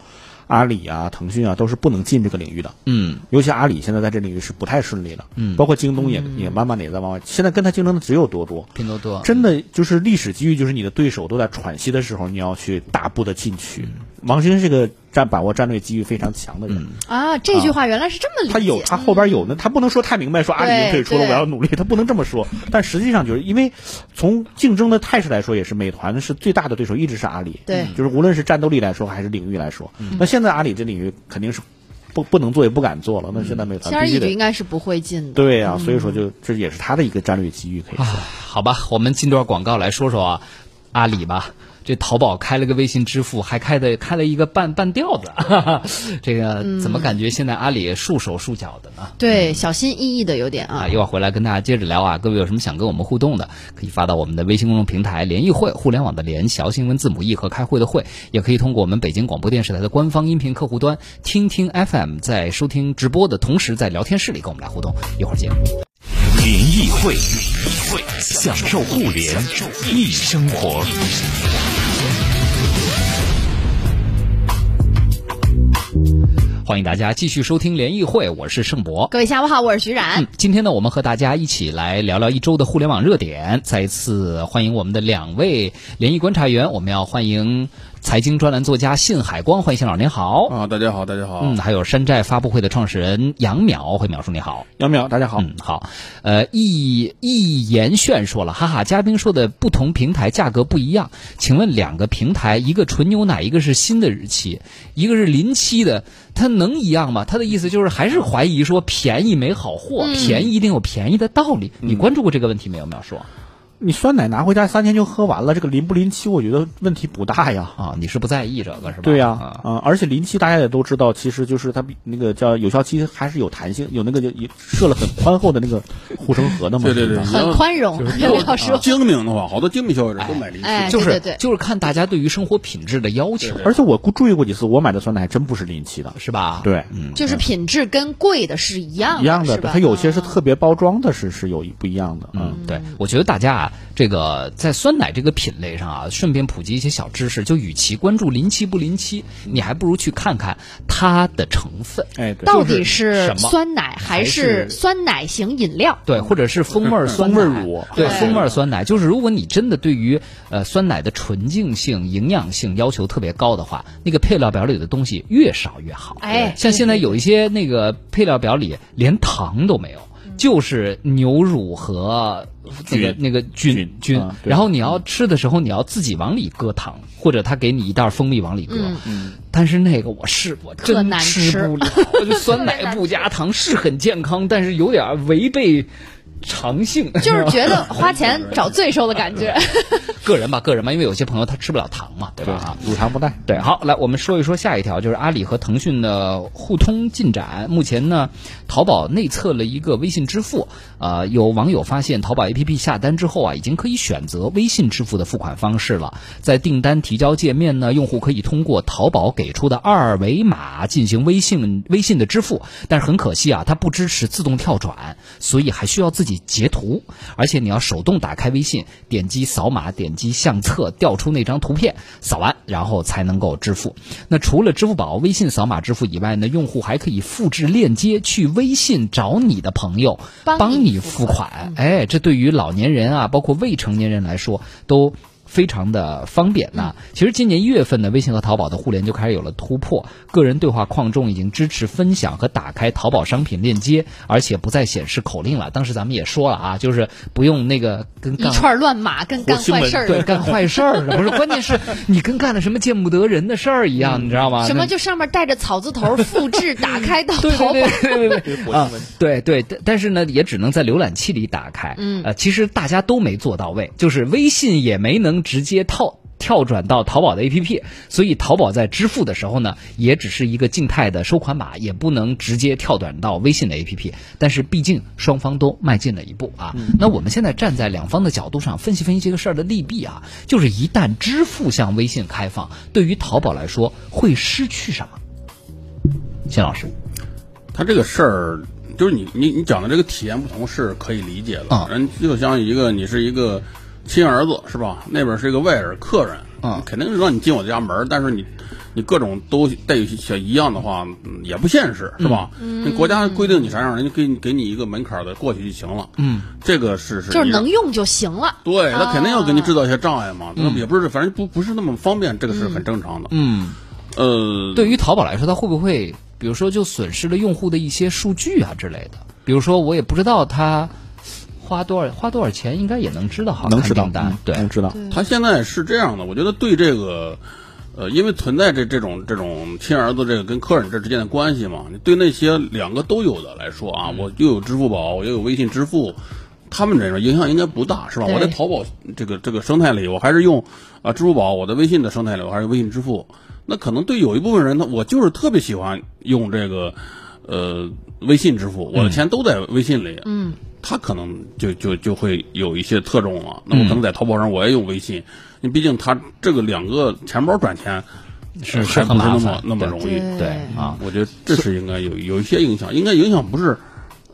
S5: 阿里啊、腾讯啊，都是不能进这个领域的。
S2: 嗯，
S5: 尤其阿里现在在这领域是不太顺利的。
S2: 嗯
S5: 包括京东也也慢慢的也在往外。现在跟他竞争的只有多多。
S2: 拼多多
S5: 真的就是历史机遇，就是你的对手都在喘息的时候，你要去大步的进去。
S2: 嗯
S5: 王兴是个战把握战略机遇非常强的人，
S3: 啊，这句话原来是这么理解。
S5: 他有他后边有那他不能说太明白，说阿里已经退出了，
S3: 对
S5: 我要努力，他不能这么说。但实际上就是因为从竞争的态势来说，也是美团是最大的对手，一直是阿里。
S3: 对嗯
S5: 就是无论是战斗力来说还是领域来说，那现在阿里这领域肯定是不不能做也不敢做了。那现在美
S3: 轻
S5: 团
S3: 而
S5: 必须
S3: 易举应
S5: 得
S3: 该是不会进的。
S5: 对啊，所以说就这也是他的一个战略机遇，可以说。
S2: 好吧，我们进段广告来说说啊，阿里吧。这淘宝开了个微信支付，还开的开了一个半半吊子， 哈哈这个怎么感觉现在阿里束手束脚的呢？
S3: 对，小心翼翼的有点啊
S2: 啊，。
S5: 嗯
S2: 一会儿回来跟大家接着聊啊。各位有什么想跟我们互动的，可以发到我们的微信公众平台“联谊会”，互联网的联，小新闻字母 e 和开会的会，也可以通过我们北京广播电视台的官方音频客户端“听听 FM”，在收听直播的同时，在聊天室里跟我们来互动。一会儿见。
S1: 联谊会，享受互联易生活。
S2: 欢迎大家继续收听联谊会，我是盛博。
S3: 各位下午好，我是徐冉
S2: 嗯。，今天呢，我们和大家一起来聊聊一周的互联网热点。再一次欢迎我们的两位联谊观察员，我们要欢迎财经专栏作家信海光，欢迎信老师您好。
S4: 啊，大家好，大家好。
S2: 嗯，还有山寨发布会的创始人杨淼，慧淼叔你好。
S5: 杨淼，大家好。
S2: 嗯，好。呃，易易言炫说了，哈哈，嘉宾说的不同平台价格不一样，请问两个平台，一个纯牛奶，一个是新的日期，一个是临期的，它能一样吗？他的意思就是还是怀疑说便宜没好货，便宜一定有便宜的道理。你关注过这个问题没有，淼叔？
S5: 你酸奶拿回家三天就喝完了，这个临不临期，我觉得问题不大呀。
S2: 啊，你是不在意这个是吧？
S5: 对呀、
S2: 啊
S5: 啊、而且临期大家也都知道，其实就是它比那个叫有效期还是有弹性，有那个就也设了很宽厚的那个护城河的嘛。
S4: 对对对
S5: 吧
S4: 你要
S3: 很宽容，
S4: 要
S3: 老师
S5: 啊
S3: 说，
S4: 精明的话，好多精明消费者都买零食。
S3: 哎
S2: 就是
S3: 对对对
S2: 就是看大家对于生活品质的要求，
S5: 而且我注意过几次，我买的酸奶还真不是临期的，
S2: 是吧？
S5: 对，
S3: 就是
S2: 嗯
S3: 品质跟贵的是一样
S5: 一样
S3: 的，是，
S5: 的
S3: 吧
S5: 它有些是
S3: 嗯
S5: 特别包装的，是是有一不一样的。嗯，
S2: 嗯，对，我觉得大家啊，这个在酸奶这个品类上啊，顺便普及一些小知识，就与其关注临期不临期，你还不如去看看它的成分，
S5: 哎，对，
S3: 到底
S2: 就是
S3: 是
S2: 什么
S3: 酸奶还是
S2: 还是
S3: 酸奶型饮料？
S2: 对，或者是风味 儿酸奶，
S5: 嗯风味儿乳
S2: 对，
S3: 对
S2: 风味儿酸奶，就是如果你真的对于呃酸奶的纯净性、营养性要求特别高的话，那个配料表里的东西越少越好。
S3: 哎
S2: 像现在有一些那个配料表里连糖都没有。
S3: 嗯
S2: 就是牛乳和那个
S5: 菌
S2: 那个菌
S5: 菌
S2: 菌
S5: 啊，对
S2: 然后你要吃的时候，你要自己往里搁糖，或者他给你一袋蜂蜜往里搁。
S5: 嗯
S2: 但是那个我试过，
S3: 嗯特
S2: 真
S3: 难
S2: 吃
S3: 吃
S2: 不了。我就酸奶不加糖是很健康，但是有点违背常性。
S3: 就是觉得花钱找罪受的感 觉。
S2: 啊个人吧，个人吧，因为有些朋友他吃不了糖嘛，对吧？啊，
S5: 乳糖不耐。
S2: 对，好，来我们说一说下一条，就是阿里和腾讯的互通进展。目前呢，淘宝内测了一个微信支付，呃，有网友发现淘宝 APP 下单之后啊，已经可以选择微信支付的付款方式了。在订单提交界面呢，用户可以通过淘宝给出的二维码进行微信微信的支付，但是很可惜啊，它不支持自动跳转，所以还需要自己截图，而且你要手动打开微信，点击扫码，点击相册，调出那张图片，扫完然后才能够支付。那除了支付宝、微信扫码支付以外呢，用户还可以复制链接去微信找你的朋友
S3: 帮
S2: 帮
S3: 你
S2: 你付
S3: 付嗯
S2: 款。哎，这对于老年人啊，包括未成年人来说都。非常的方
S3: 嗯
S2: 便呐、其实今年一月份呢，微信和淘宝的互联就开始有了突破，个人对话框中已经支持分享和打开淘宝商品链接，而且不再显示口令了。当时咱们也说了啊，就是不用那个跟
S3: 一
S2: 杠
S3: 串乱码跟干坏事儿
S2: 对，干坏事儿的，不是，关键是你跟干了什么见不得人的事儿一样，你知道吗？
S3: 嗯什么
S2: 啊那
S3: 就上面带着草字 头，复制打开到
S2: 对
S3: 淘
S2: 对
S3: 宝。
S2: 对对对对啊， 对对，但但是呢，也只能在浏览器里打开。嗯，呃，其实大家都没做到位，就是微信也没能直接套。跳转到淘宝的 APP，所以淘宝在支付的时候呢，也只是一个静态的收款码，也不能直接跳转到微信的 APP。但是毕竟双方都迈进了一步啊。那我们现在站在两方的角度上分析分析这个事儿的利弊啊，就是一旦支付向微信开放，对于淘宝来说会失去什么？谢老师，
S4: 他这个事儿，就是你你你讲的这个体验不同是可以理解的。
S2: 啊
S4: 人就像一个你是一个亲儿子是吧？那边是一个外人客人，
S2: 啊
S4: 肯定是让你进我家门儿，但是你你各种都待遇想一样的话，嗯也不现实是吧？嗯，国家规定你啥样，人家给你给你一个门槛儿的过去就行了。嗯，这个是是
S3: 就是
S4: 你
S3: 能啊用就行了。
S4: 对他肯定要给你制造一些障碍嘛，那也不是，反正不不是那么方便，这个是很正常的。
S2: 嗯，
S4: 呃，
S2: 对于淘宝来说，它会不会比如说就损失了用户的一些数据啊之类的？比如说我也不知道他花多少花多少钱，应该也能知道哈，
S5: 能
S2: 看
S5: 知道
S2: 订，单
S5: 嗯
S2: 对，
S5: 能知道。
S4: 他现在是这样的，我觉得对这个，呃，因为存在这这种这种亲儿子这个跟客人这之间的关系嘛，你对那些两个都有的来说啊，我又有支付宝，我又有微信支付，他们这种影响应该不大，是吧？
S3: 对
S4: 我在淘宝这个这个生态里，我还是用啊、支付宝，我的微信的生态里，我还是微信支付。那可能对有一部分人呢，我就是特别喜欢用这个，呃，微信支付，
S2: 嗯
S4: 我的钱都在微信里，嗯，他可能就就就会有一些侧重
S2: 嗯
S4: 了。那我可能在淘宝上我也用微信，因为毕竟他这个两个钱包转钱
S2: 是
S4: 还
S2: 很
S4: 不是那
S2: 麻
S4: 么
S2: 烦，
S4: 那么
S2: 对
S4: 容易，
S3: 对
S2: 对啊。
S4: 我觉得这是应该有有一些影响，应该影响不是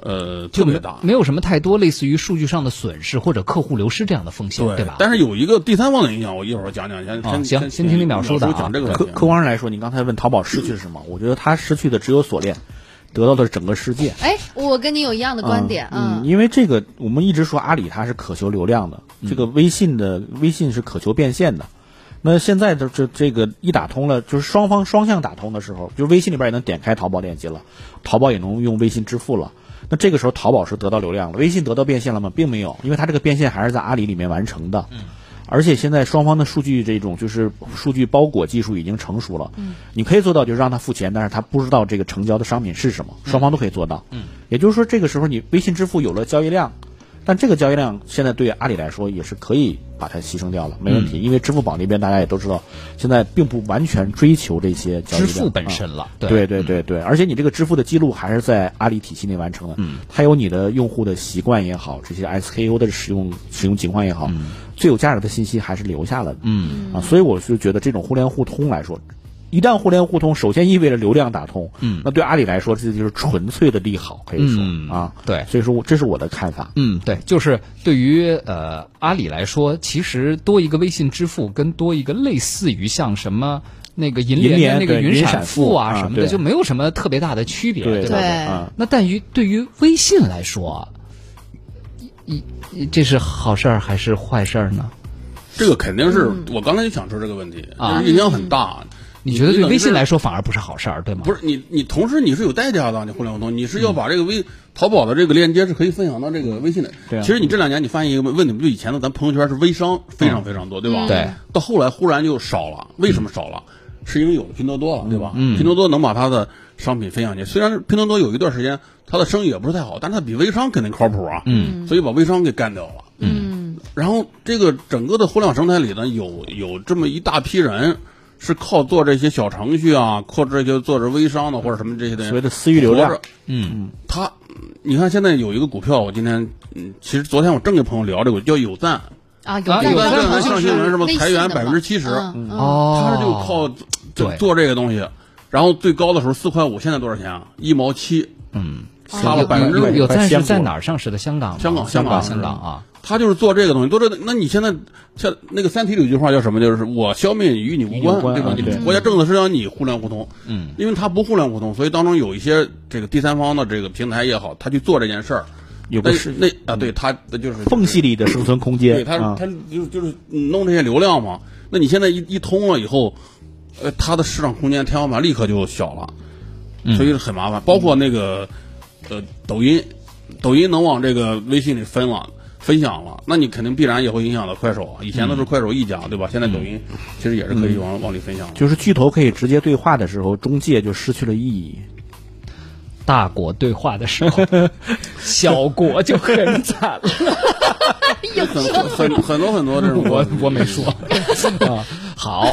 S4: 呃特
S2: 就
S4: 别
S2: 没
S4: 大，
S2: 没有什么太多类似于数据上的损失或者客户流失这样的风险，对吧？
S4: 但是有一个第三方的影响，我一会儿讲讲，先
S2: 啊
S4: 先
S2: 行
S4: 先
S2: 先听听淼叔
S4: 叔
S2: 的啊
S4: 讲这个
S5: 客
S4: 问题
S5: 客观上来说，你刚才问淘宝失去什么，我觉得它失去的只有锁链，得到的是整个世界。
S3: 哎，我跟你有一样的观点，
S5: 嗯，因为这个我们一直说阿里它是渴求流量的，
S3: 嗯
S5: 这个微信的微信是渴求变现的。那现在的这这个一打通了，就是双方双向打通的时候，就是微信里边也能点开淘宝链接了，淘宝也能用微信支付了。那这个时候淘宝是得到流量了，微信得到变现了吗？并没有，因为它这个变现还是在阿里里面完成
S2: 嗯
S5: 的。而且现在双方的数据这种就是数据包裹技术已经成熟了，
S2: 嗯
S5: 你可以做到就是让他付钱，但是他不知道这个成交的商品是什么，双方都可以做到。嗯，也就是说这个时候你微信支付有了交易量，但这个交易量现在对阿里来说也是可以把它牺牲掉了，没问
S2: 嗯
S5: 题，因为支付宝那边大家也都知道，现在并不完全追求这些交易
S2: 支
S5: 量
S2: 付本
S5: 啊
S2: 身了，
S5: 对对对对，而且你这个支付的记录还是在阿里体系内完成的，嗯，它有你的用户的习惯也好，这些 SKU 的使用使用情况也好，最有价值的信息还是留下了，嗯啊，所以我是觉得这种互联互通来说。一旦互联互通，首先意味着流量打通，嗯，那对阿里来说，这就是纯粹的利好，可以说、
S2: 嗯
S5: 啊，
S2: 对
S5: 所以说我这是我的看法，
S2: 嗯，对，就是对于呃阿里来说，其实多一个微信支付跟多一个类似于像什么那个银联啊
S5: 银联
S2: 的那个
S5: 对
S2: 云
S5: 云
S2: 闪
S5: 闪付
S2: 付啊
S5: 啊
S2: 什么的，
S5: 对
S2: 就没有什么特别大的区别，
S5: 对
S2: 吧？
S3: 对
S5: 啊，
S2: 那但于对于微信来说，啊一一这是好事儿还是坏事儿呢？
S4: 这个肯定是我刚才就想说这个问题，
S2: 啊
S4: 就是影响很大。
S2: 你觉得对
S4: 等于
S2: 微信
S4: 是
S2: 来说反而不是好事儿，对吗？
S4: 不
S2: 是，
S4: 是你，你同时你是有代价的，你互联网通，你是要把这个微淘宝的这个链接是可以分享到这个微信的。
S5: 对啊
S4: 其实你这两年你发现一个问题，不就以前的咱朋友圈是微商非常非常多，对吧？
S2: 对。
S4: 到后来忽然就少了，为什么少了？是因为有了拼多多啊了，对吧？拼多多能把它的商品分享去，虽然拼多多有一段时间它的生意也不是太好，但是它比微商肯定靠谱啊。嗯。所以把微商给干掉了。
S3: 嗯，
S4: 然后这个整个的互联网生态里呢，有有这么一大批人是靠做这些小程序啊，或者这些做着微商的或者什么这些的人，
S5: 所谓的私域流量
S4: 活着。嗯，他，你看现在有一个股票，我今天，嗯，其实昨天我正跟朋友聊这个，叫友赞，
S3: 啊，有
S2: 啊
S3: 在
S2: 有
S3: 有
S2: 在
S3: 在
S2: 有在
S4: 上新闻什么
S3: 微信
S4: 裁员
S3: 的嘛
S4: 70%
S3: 嗯嗯
S2: 哦，
S4: 他就靠做
S2: 对
S4: 做这个东西，然后最高的时候四块五，现在多少钱啊？一毛七，
S2: 嗯，
S4: 杀了百分之
S2: 有
S4: 五
S5: 100%
S2: 有暂时
S5: 香港
S2: 在哪儿上市的？香港吗，
S4: 香港
S2: 香
S4: 香港
S2: 香港啊，
S4: 他就是做这个东西，做这个。那你现在像那个《三体》里有句话叫什么？就是我消灭你与你无关，
S5: 与你无关
S4: 对吧
S5: 啊？
S4: 你
S5: 对
S4: 国家政策是让你互联互通，嗯，因为他不互联互通，所以当中有一些这个第三方的这个平台也好，他去做这件事儿，
S5: 有
S4: 那
S5: 个是
S4: 那啊，对他那就是
S5: 缝隙里的生存空间，
S4: 对他
S5: 啊
S4: 他就就是弄这些流量嘛。那你现在一一通了以后，呃，他的市场空间天花板立刻就小了，
S2: 嗯
S4: 所以很麻烦。包括那个呃抖音，抖音能往这个微信里分了。分享了，那你肯定必然也会影响到快手啊。以前都是
S2: 嗯
S4: 快手一家，对吧？现在抖音其实也是可以往、往里分享的。
S5: 就是巨头可以直接对话的时候，中介就失去了意义，
S2: 大国对话的时 候，小国就很惨了。
S3: 嗯
S2: 哦
S4: 很很很多很多这种， 嗯
S2: 我我没说，啊好，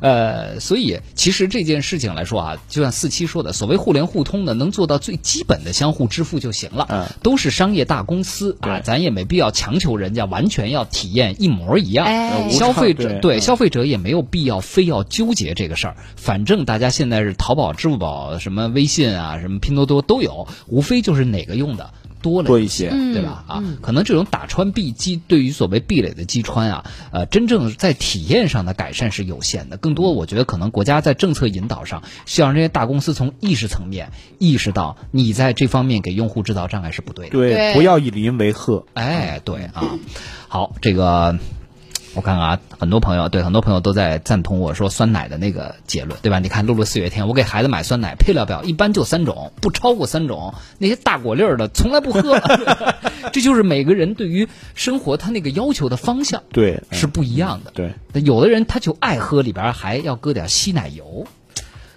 S2: 呃，所以其实这件事情来说啊，就像四七说的，所谓互联互通呢，能做到最基本的相互支付就行了。
S5: 嗯
S2: 都是商业大公司啊，
S5: 对
S2: 咱也没必要强求人家完全要体验一模一样。
S3: 哎
S2: 消费者
S5: 呃对
S2: 对
S5: 嗯
S2: 消费者也没有必要非要纠结这个事儿，反正大家现在是淘宝、支付宝、什么微信啊、什么拼多多都有，无非就是哪个用的多了
S5: 多一些
S2: 对吧？啊，可能这种打穿壁击对于所谓壁垒的击穿啊，呃，真正在体验上的改善是有限的。更多，我觉得可能国家在政策引导上，需要让这些大公司从意识层面意识到，你在这方面给用户制造障碍是不对的。
S5: 对，
S3: 对
S5: 不要以邻为壑。
S2: 哎，对啊，好，这个我看看啊，很多朋友对很多朋友都在赞同我说酸奶的那个结论，对吧？你看露露四月天，我给孩子买酸奶配料表一般就三种，不超过三种，那些大果粒儿的从来不 喝，这就是每个人对于生活他那个要求的方向
S5: 对，
S2: 是不一样的。
S5: 对，
S2: 那有的人他就爱喝里边还要搁点稀奶油，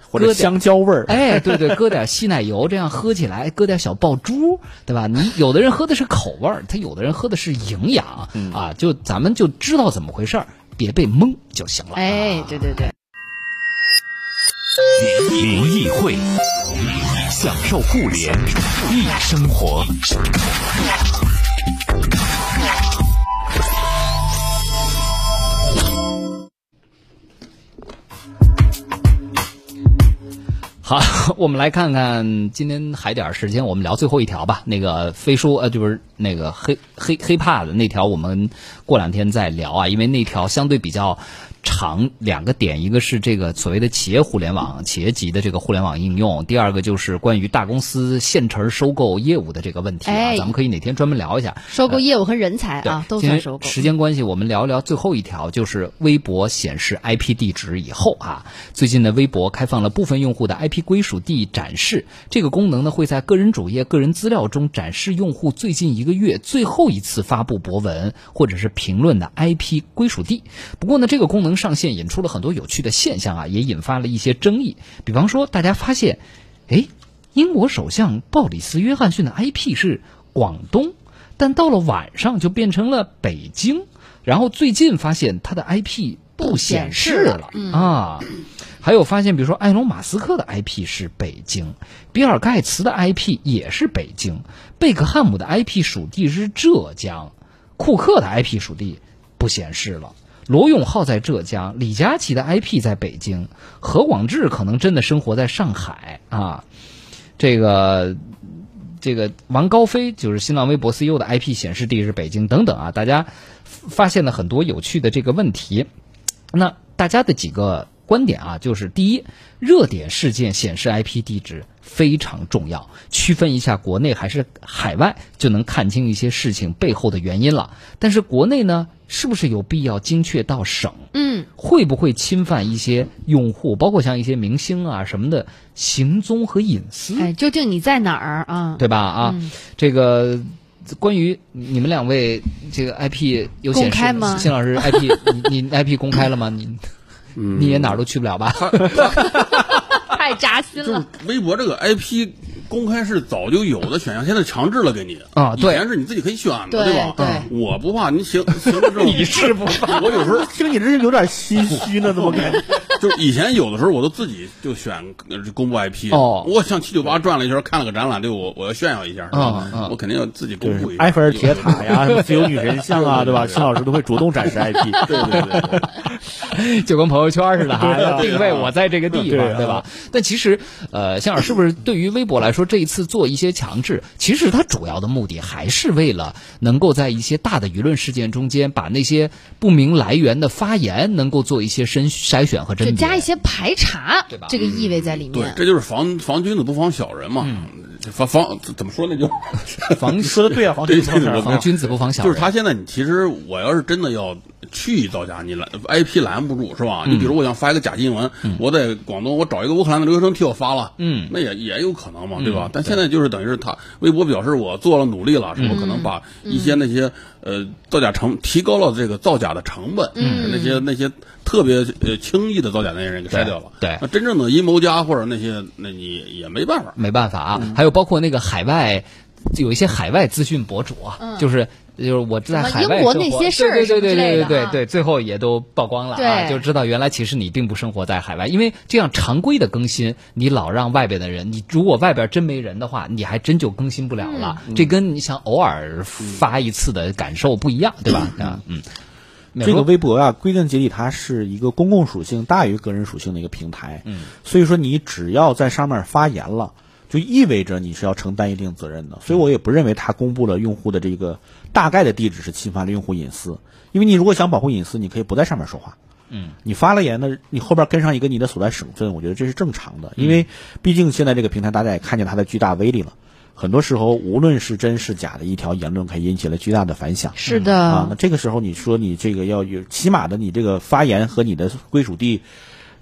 S5: 或
S2: 搁
S5: 者
S2: 点
S5: 香蕉味儿。
S2: 哎，对对，搁点稀奶油，这样喝起来，搁点小爆珠，对吧？你有的人喝的是口味儿，他有的人喝的是营养、啊，就咱们就知道怎么回事儿，别被蒙就行了。
S3: 哎，对对对，
S1: 联谊会，享受互联易生活。
S2: 好， 我们来看看今天还点儿时间，我们聊最后一条吧。那个飞书呃，就是那个黑黑黑怕的那条，我们过两天再聊啊，因为那条相对比较长，两个点，一个是这个所谓的企业互联网、企业级的这个互联网应用，第二个就是关于大公司现成收购业务的这个问题啊，
S3: 哎
S2: 咱们可以哪天专门聊一下。
S3: 收购业务和人才
S2: 对
S3: 啊，都
S2: 今
S3: 算
S2: 天
S3: 收购。
S2: 时间关系，我们聊一聊最后一条，就是微博显示 IP 地址以后啊，最近的微博开放了部分用户的 IP 归属地展示，这个功能呢会在个人主页、个人资料中展示用户最近一个月最后一次发布博文或者是评论的 IP 归属地。不过呢，这个功能上线引出了很多有趣的现象啊，也引发了一些争议。比方说，大家发现，诶，英国首相鲍里斯·约翰逊的 IP 是广东，但到了晚上就变成了北京，然后最近发现他的 IP 不显示了啊。还有发现，比如说埃隆·马斯克的 IP 是北京，比尔·盖茨的 IP 也是北京，贝克汉姆的 IP 属地是浙江，库克的 IP 属地不显示了。罗永浩在浙江，李佳琦的 IP 在北京，何广智可能真的生活在上海啊。这个这个王高飞就是新浪微博 CEO 的 IP 显示地是北京等等啊，大家发现了很多有趣的这个问题。那大家的几个观点啊，就是第一，热点事件显示 IP 地址非常重要，区分一下国内还是海外，就能看清一些事情背后的原因了。但是国内呢，是不是有必要精确到省？
S3: 嗯，
S2: 会不会侵犯一些用户，包括像一些明星啊什么的行踪和隐私？
S3: 哎，究竟你在哪儿啊？
S2: 对吧？啊，这个关于你们两位这个 IP 有显示
S3: 公开吗
S2: 辛 老师 IP，你你 IP 公开了吗？你、
S5: 嗯
S2: 你也哪儿都去不了吧？
S5: 啊
S3: 太扎心
S4: 就是。微博这个 IP 公开是早就有的选项，现在强制了给你
S2: 啊对
S4: 以前是你自己可以选的，
S3: 对
S4: 吧？
S3: 对
S4: 我不怕，你行行了 之后，你是不怕？我有时候
S5: 听你这是有点心虚呢，怎么 感觉？
S4: 就是以前有的时候我都自己就选呃公布 IP，
S2: 哦
S4: 我像七九八转了一圈，看了个展览，对我我要炫耀一下，
S2: 嗯嗯
S4: 我肯定要自己公布一下。
S5: 埃菲尔铁塔呀，什么自由女神像啊，对吧？辛老师都会主动展示 IP。
S4: 对对对对，
S2: 就跟朋友圈似的，哈，
S5: 对啊
S2: 要定位我在这个地
S5: 对
S2: 方，
S5: 啊
S2: 对吧？但其实，呃，香儿是不是对于微博来说，这一次做一些强制，其实它主要的目的还是为了能够在一些大的舆论事件中间，把那些不明来源的发言能够做一些筛筛选和甄
S3: 就
S2: 别，
S3: 加一些排查，
S2: 对吧
S3: 这个意味在里
S4: 对
S3: 面，。
S4: 这就是防防君子不防小人嘛，这防防怎么说呢？就
S2: 嗯防
S5: 你说的对啊，黄
S4: 对
S5: 金
S4: 对对，
S2: 防君子不防小
S4: 就
S2: 人。
S4: 是他现在，你其实我要是真的要去造假，你拦 IP 拦不住是吧？
S2: 嗯
S4: 你比如我想发一个假新闻，我在广东我找一个乌克兰的留学生替我发了，
S2: 嗯
S4: 那也也有可能嘛，对吧？但现在就是等于是他微博表示我做了努力了，是我可
S2: 嗯
S4: 能把一些那些呃造假成提高了这个造假的成本，嗯，那些那些特别呃轻易的造假那些人给筛掉了，
S2: 对对
S4: 那真正的阴谋家或者那些那你也没办法，
S2: 没办法啊。还有包括那个海外，有一些海外资讯博主啊，就是就是我在海外
S3: 嗯英国
S2: 生活
S3: 那些事儿
S2: 对对对
S3: 什么之类
S2: 对对
S3: 的
S2: 对
S3: 啊
S2: 对，最后也都曝光了啊，
S3: 对
S2: 就知道原来其实你并不生活在海外，因为这样常规的更新，你老让外边的人，你如果外边真没人的话，你还真就更新不了了。
S3: 嗯
S2: 这跟你想偶尔发一次的感受不一样，对吧？ 啊，嗯，美
S5: 这个
S2: 国
S5: 微博啊，归根结底它是一个公共属性大于个人属性的一个平台，嗯，所以说你只要在上面发言了，就意味着你是要承担一定责任的。所以我也不认为它公布了用户的这个大概的地址是侵犯了用户隐私，因为你如果想保护隐私，你可以不在上面说话。嗯，你发了言呢，你后边跟上一个你的所在省份，我觉得这是正常的，因为毕竟现在这个平台大家也看见它的巨大威力了。很多时候，无论是真是假的一条言论，可以引起了巨大的反响。
S3: 是的，
S5: 啊，那这个时候你说你这个要有，起码的你这个发言和你的归属地，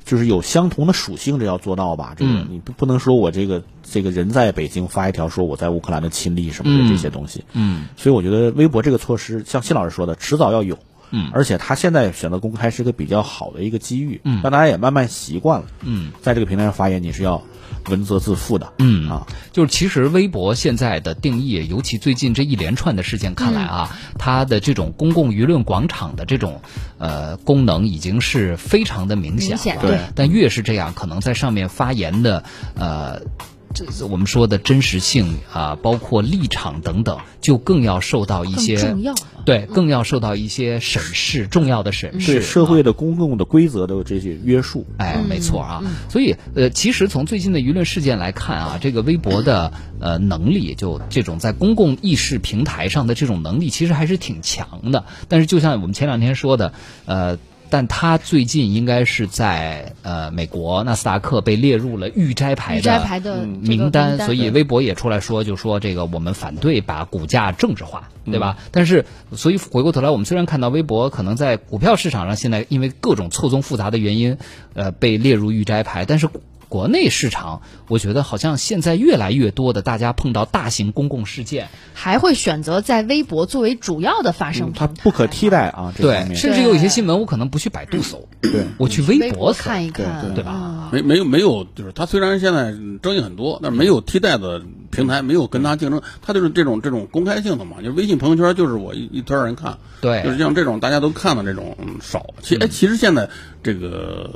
S5: 就是有相同的属性，这要做到吧？这个、你不不能说我这个这个人在北京发一条说我在乌克兰的亲历什么的这些东西，嗯，所以我觉得微博这个措施，像谢老师说的，迟早要有。嗯，而且他现在选择公开是个比较好的一个机遇，嗯，让大家也慢慢习惯了，嗯，在这个平台上发言你是要文责自负的，嗯啊，
S2: 就是其实微博现在的定义，尤其最近这一连串的事件看来啊，
S3: 嗯
S2: 它的这种公共舆论广场的这种呃功能已经是非常的明显了。
S3: 明显
S5: 对
S2: 但越是这样，可能在上面发言的呃。这这我们说的真实性啊，包括立场等等，就更要受到一
S3: 更
S2: 些
S3: 重要了
S2: 对，更要受到一些审视，重要的审视。
S5: 对社会的公共的规则的这些约束，
S2: 哎，
S3: 嗯
S2: 没错啊，所以呃，其实从最近的舆论事件来看啊，这个微博的呃能力，就这种在公共意识平台上的这种能力，其实还是挺强的。但是就像我们前两天说的，呃，但他最近应该是在呃美国纳斯达克被列入了预摘牌的
S3: 预摘牌的这个
S2: 名单，所以
S3: 对
S2: 微博也出来说，就说这个我们反对把股价政治化，对吧？
S3: 嗯
S2: 但是，所以回过头来，我们虽然看到微博可能在股票市场上现在因为各种错综复杂的原因，呃，被列入预摘牌，但是。国内市场，我觉得好像现在越来越多的大家碰到大型公共事件，
S3: 还会选择在微博作为主要的发声
S5: 嗯，
S3: 平台，
S5: 它不可替代啊，这方面
S2: 甚至有一些新闻我可能不去百度搜，
S5: 对
S2: 我去
S3: 微
S2: 博搜，
S3: 看一嗯看，
S5: 对
S2: 对吧？
S4: 没没有没有，就是它虽然现在争议很多，但是没有替代的平台，没有跟它竞争，它就是这种这种公开性的嘛。就微信朋友圈就是我一一圈人看，
S2: 对
S4: 就是像这种大家都看的这种嗯少。其哎，其实现在这个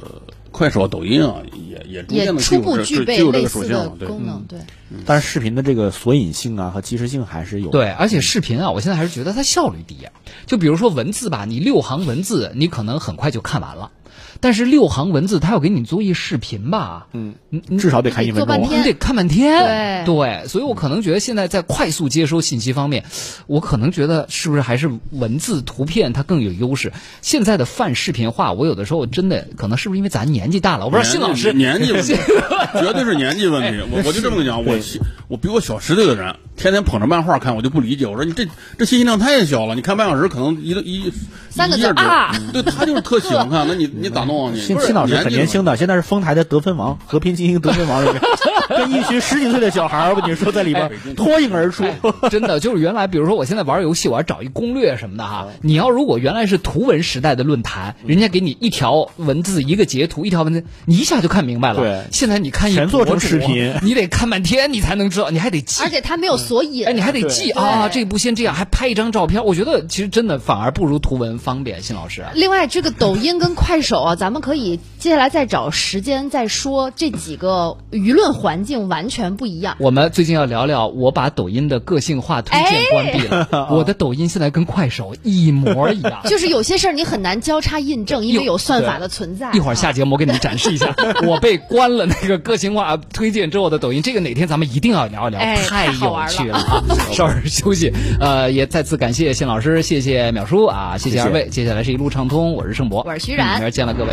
S4: 快手、抖音啊，也也逐
S3: 也
S4: 渐的具
S3: 初
S4: 有
S3: 步
S4: 这
S3: 具
S4: 具
S3: 备
S4: 有这
S3: 类
S4: 个属
S3: 似
S4: 性
S3: 的
S4: 了，对。
S3: 功能，对。
S5: 但是视频的这个索引性啊和及时性还是有。，
S2: 对，而且视频啊，我现在还是觉得它效率低啊。就比如说文字吧，你六行文字，你可能很快就看完了，但是六行文字它要给你做一视频吧，嗯，你
S5: 至少得看一分
S3: 你做半
S5: 钟啊
S3: 天。
S2: 你得看半天，
S3: 对
S2: 所以我可能觉得现在在快速接收信息方面，我可能觉得是不是还是文字图片它更有优势？现在的泛视频化，我有的时候真的可能是不是因为咱年纪大了，我不知道辛老师
S4: 年纪问题，绝对是年纪问
S2: 哎
S4: 题。我我就这么跟你讲，我小我比我小十岁的人，天天捧着漫画看，我就不理解。我说你这这信息量太小了，你看半小时可能一个一
S3: 三个字
S4: 一页纸
S3: 啊
S4: 对他就是特喜欢看，那你
S2: 嗯
S4: 你咋弄啊？你
S5: 辛
S4: 不是
S5: 辛老师很
S4: 纪
S5: 年轻的，现在是丰台的得分王，和平精英得分王里面， 跟一群十几岁的小孩儿，我跟你说在里边脱颖而出。
S2: 真的就是原来，比如说我现在玩游戏，我要找一攻略什么的哈。
S5: 嗯
S2: 你要如果原来是图文时代的论坛，人家给你一条文字、一个截图、一条文字，你一下就看明白了。
S5: 对
S2: 现在你看一
S5: 全做成
S2: 博主
S5: 视频
S2: 你得看半天，你才能知道，你还得记
S3: 而。且它没有索引，
S2: 哎，你还得记啊！
S3: 对
S2: 这不先这样，还拍一张照片。我觉得其实真的反而不如图文方便。辛老师，
S3: 另外，这个抖音跟快手啊，咱们可以接下来再找时间再说这几个舆论环境完全不一样。
S2: 我们最近要聊聊，我把抖音的个性化推荐关闭了。
S5: 哎
S2: 我的抖音现在跟快手一模一样。
S3: 就是有些事儿你很难交叉印证，因为有算法的存在。
S2: 一会儿下节目我给你们展示一 下，我被关了那个个性化啊推荐之后的抖音，这个哪天咱们一定要聊一聊，
S3: 哎
S2: 太
S3: 太好
S2: 有
S3: 玩
S2: 趣了
S3: 了
S2: 啊！ 稍事休息，呃，也再次感谢谢老师，谢谢淼叔啊，谢谢
S5: 谢谢
S2: 二位，接下来是一路畅通，我是盛博，
S3: 我是徐
S2: 嗯
S3: 冉
S2: 明儿见了各位。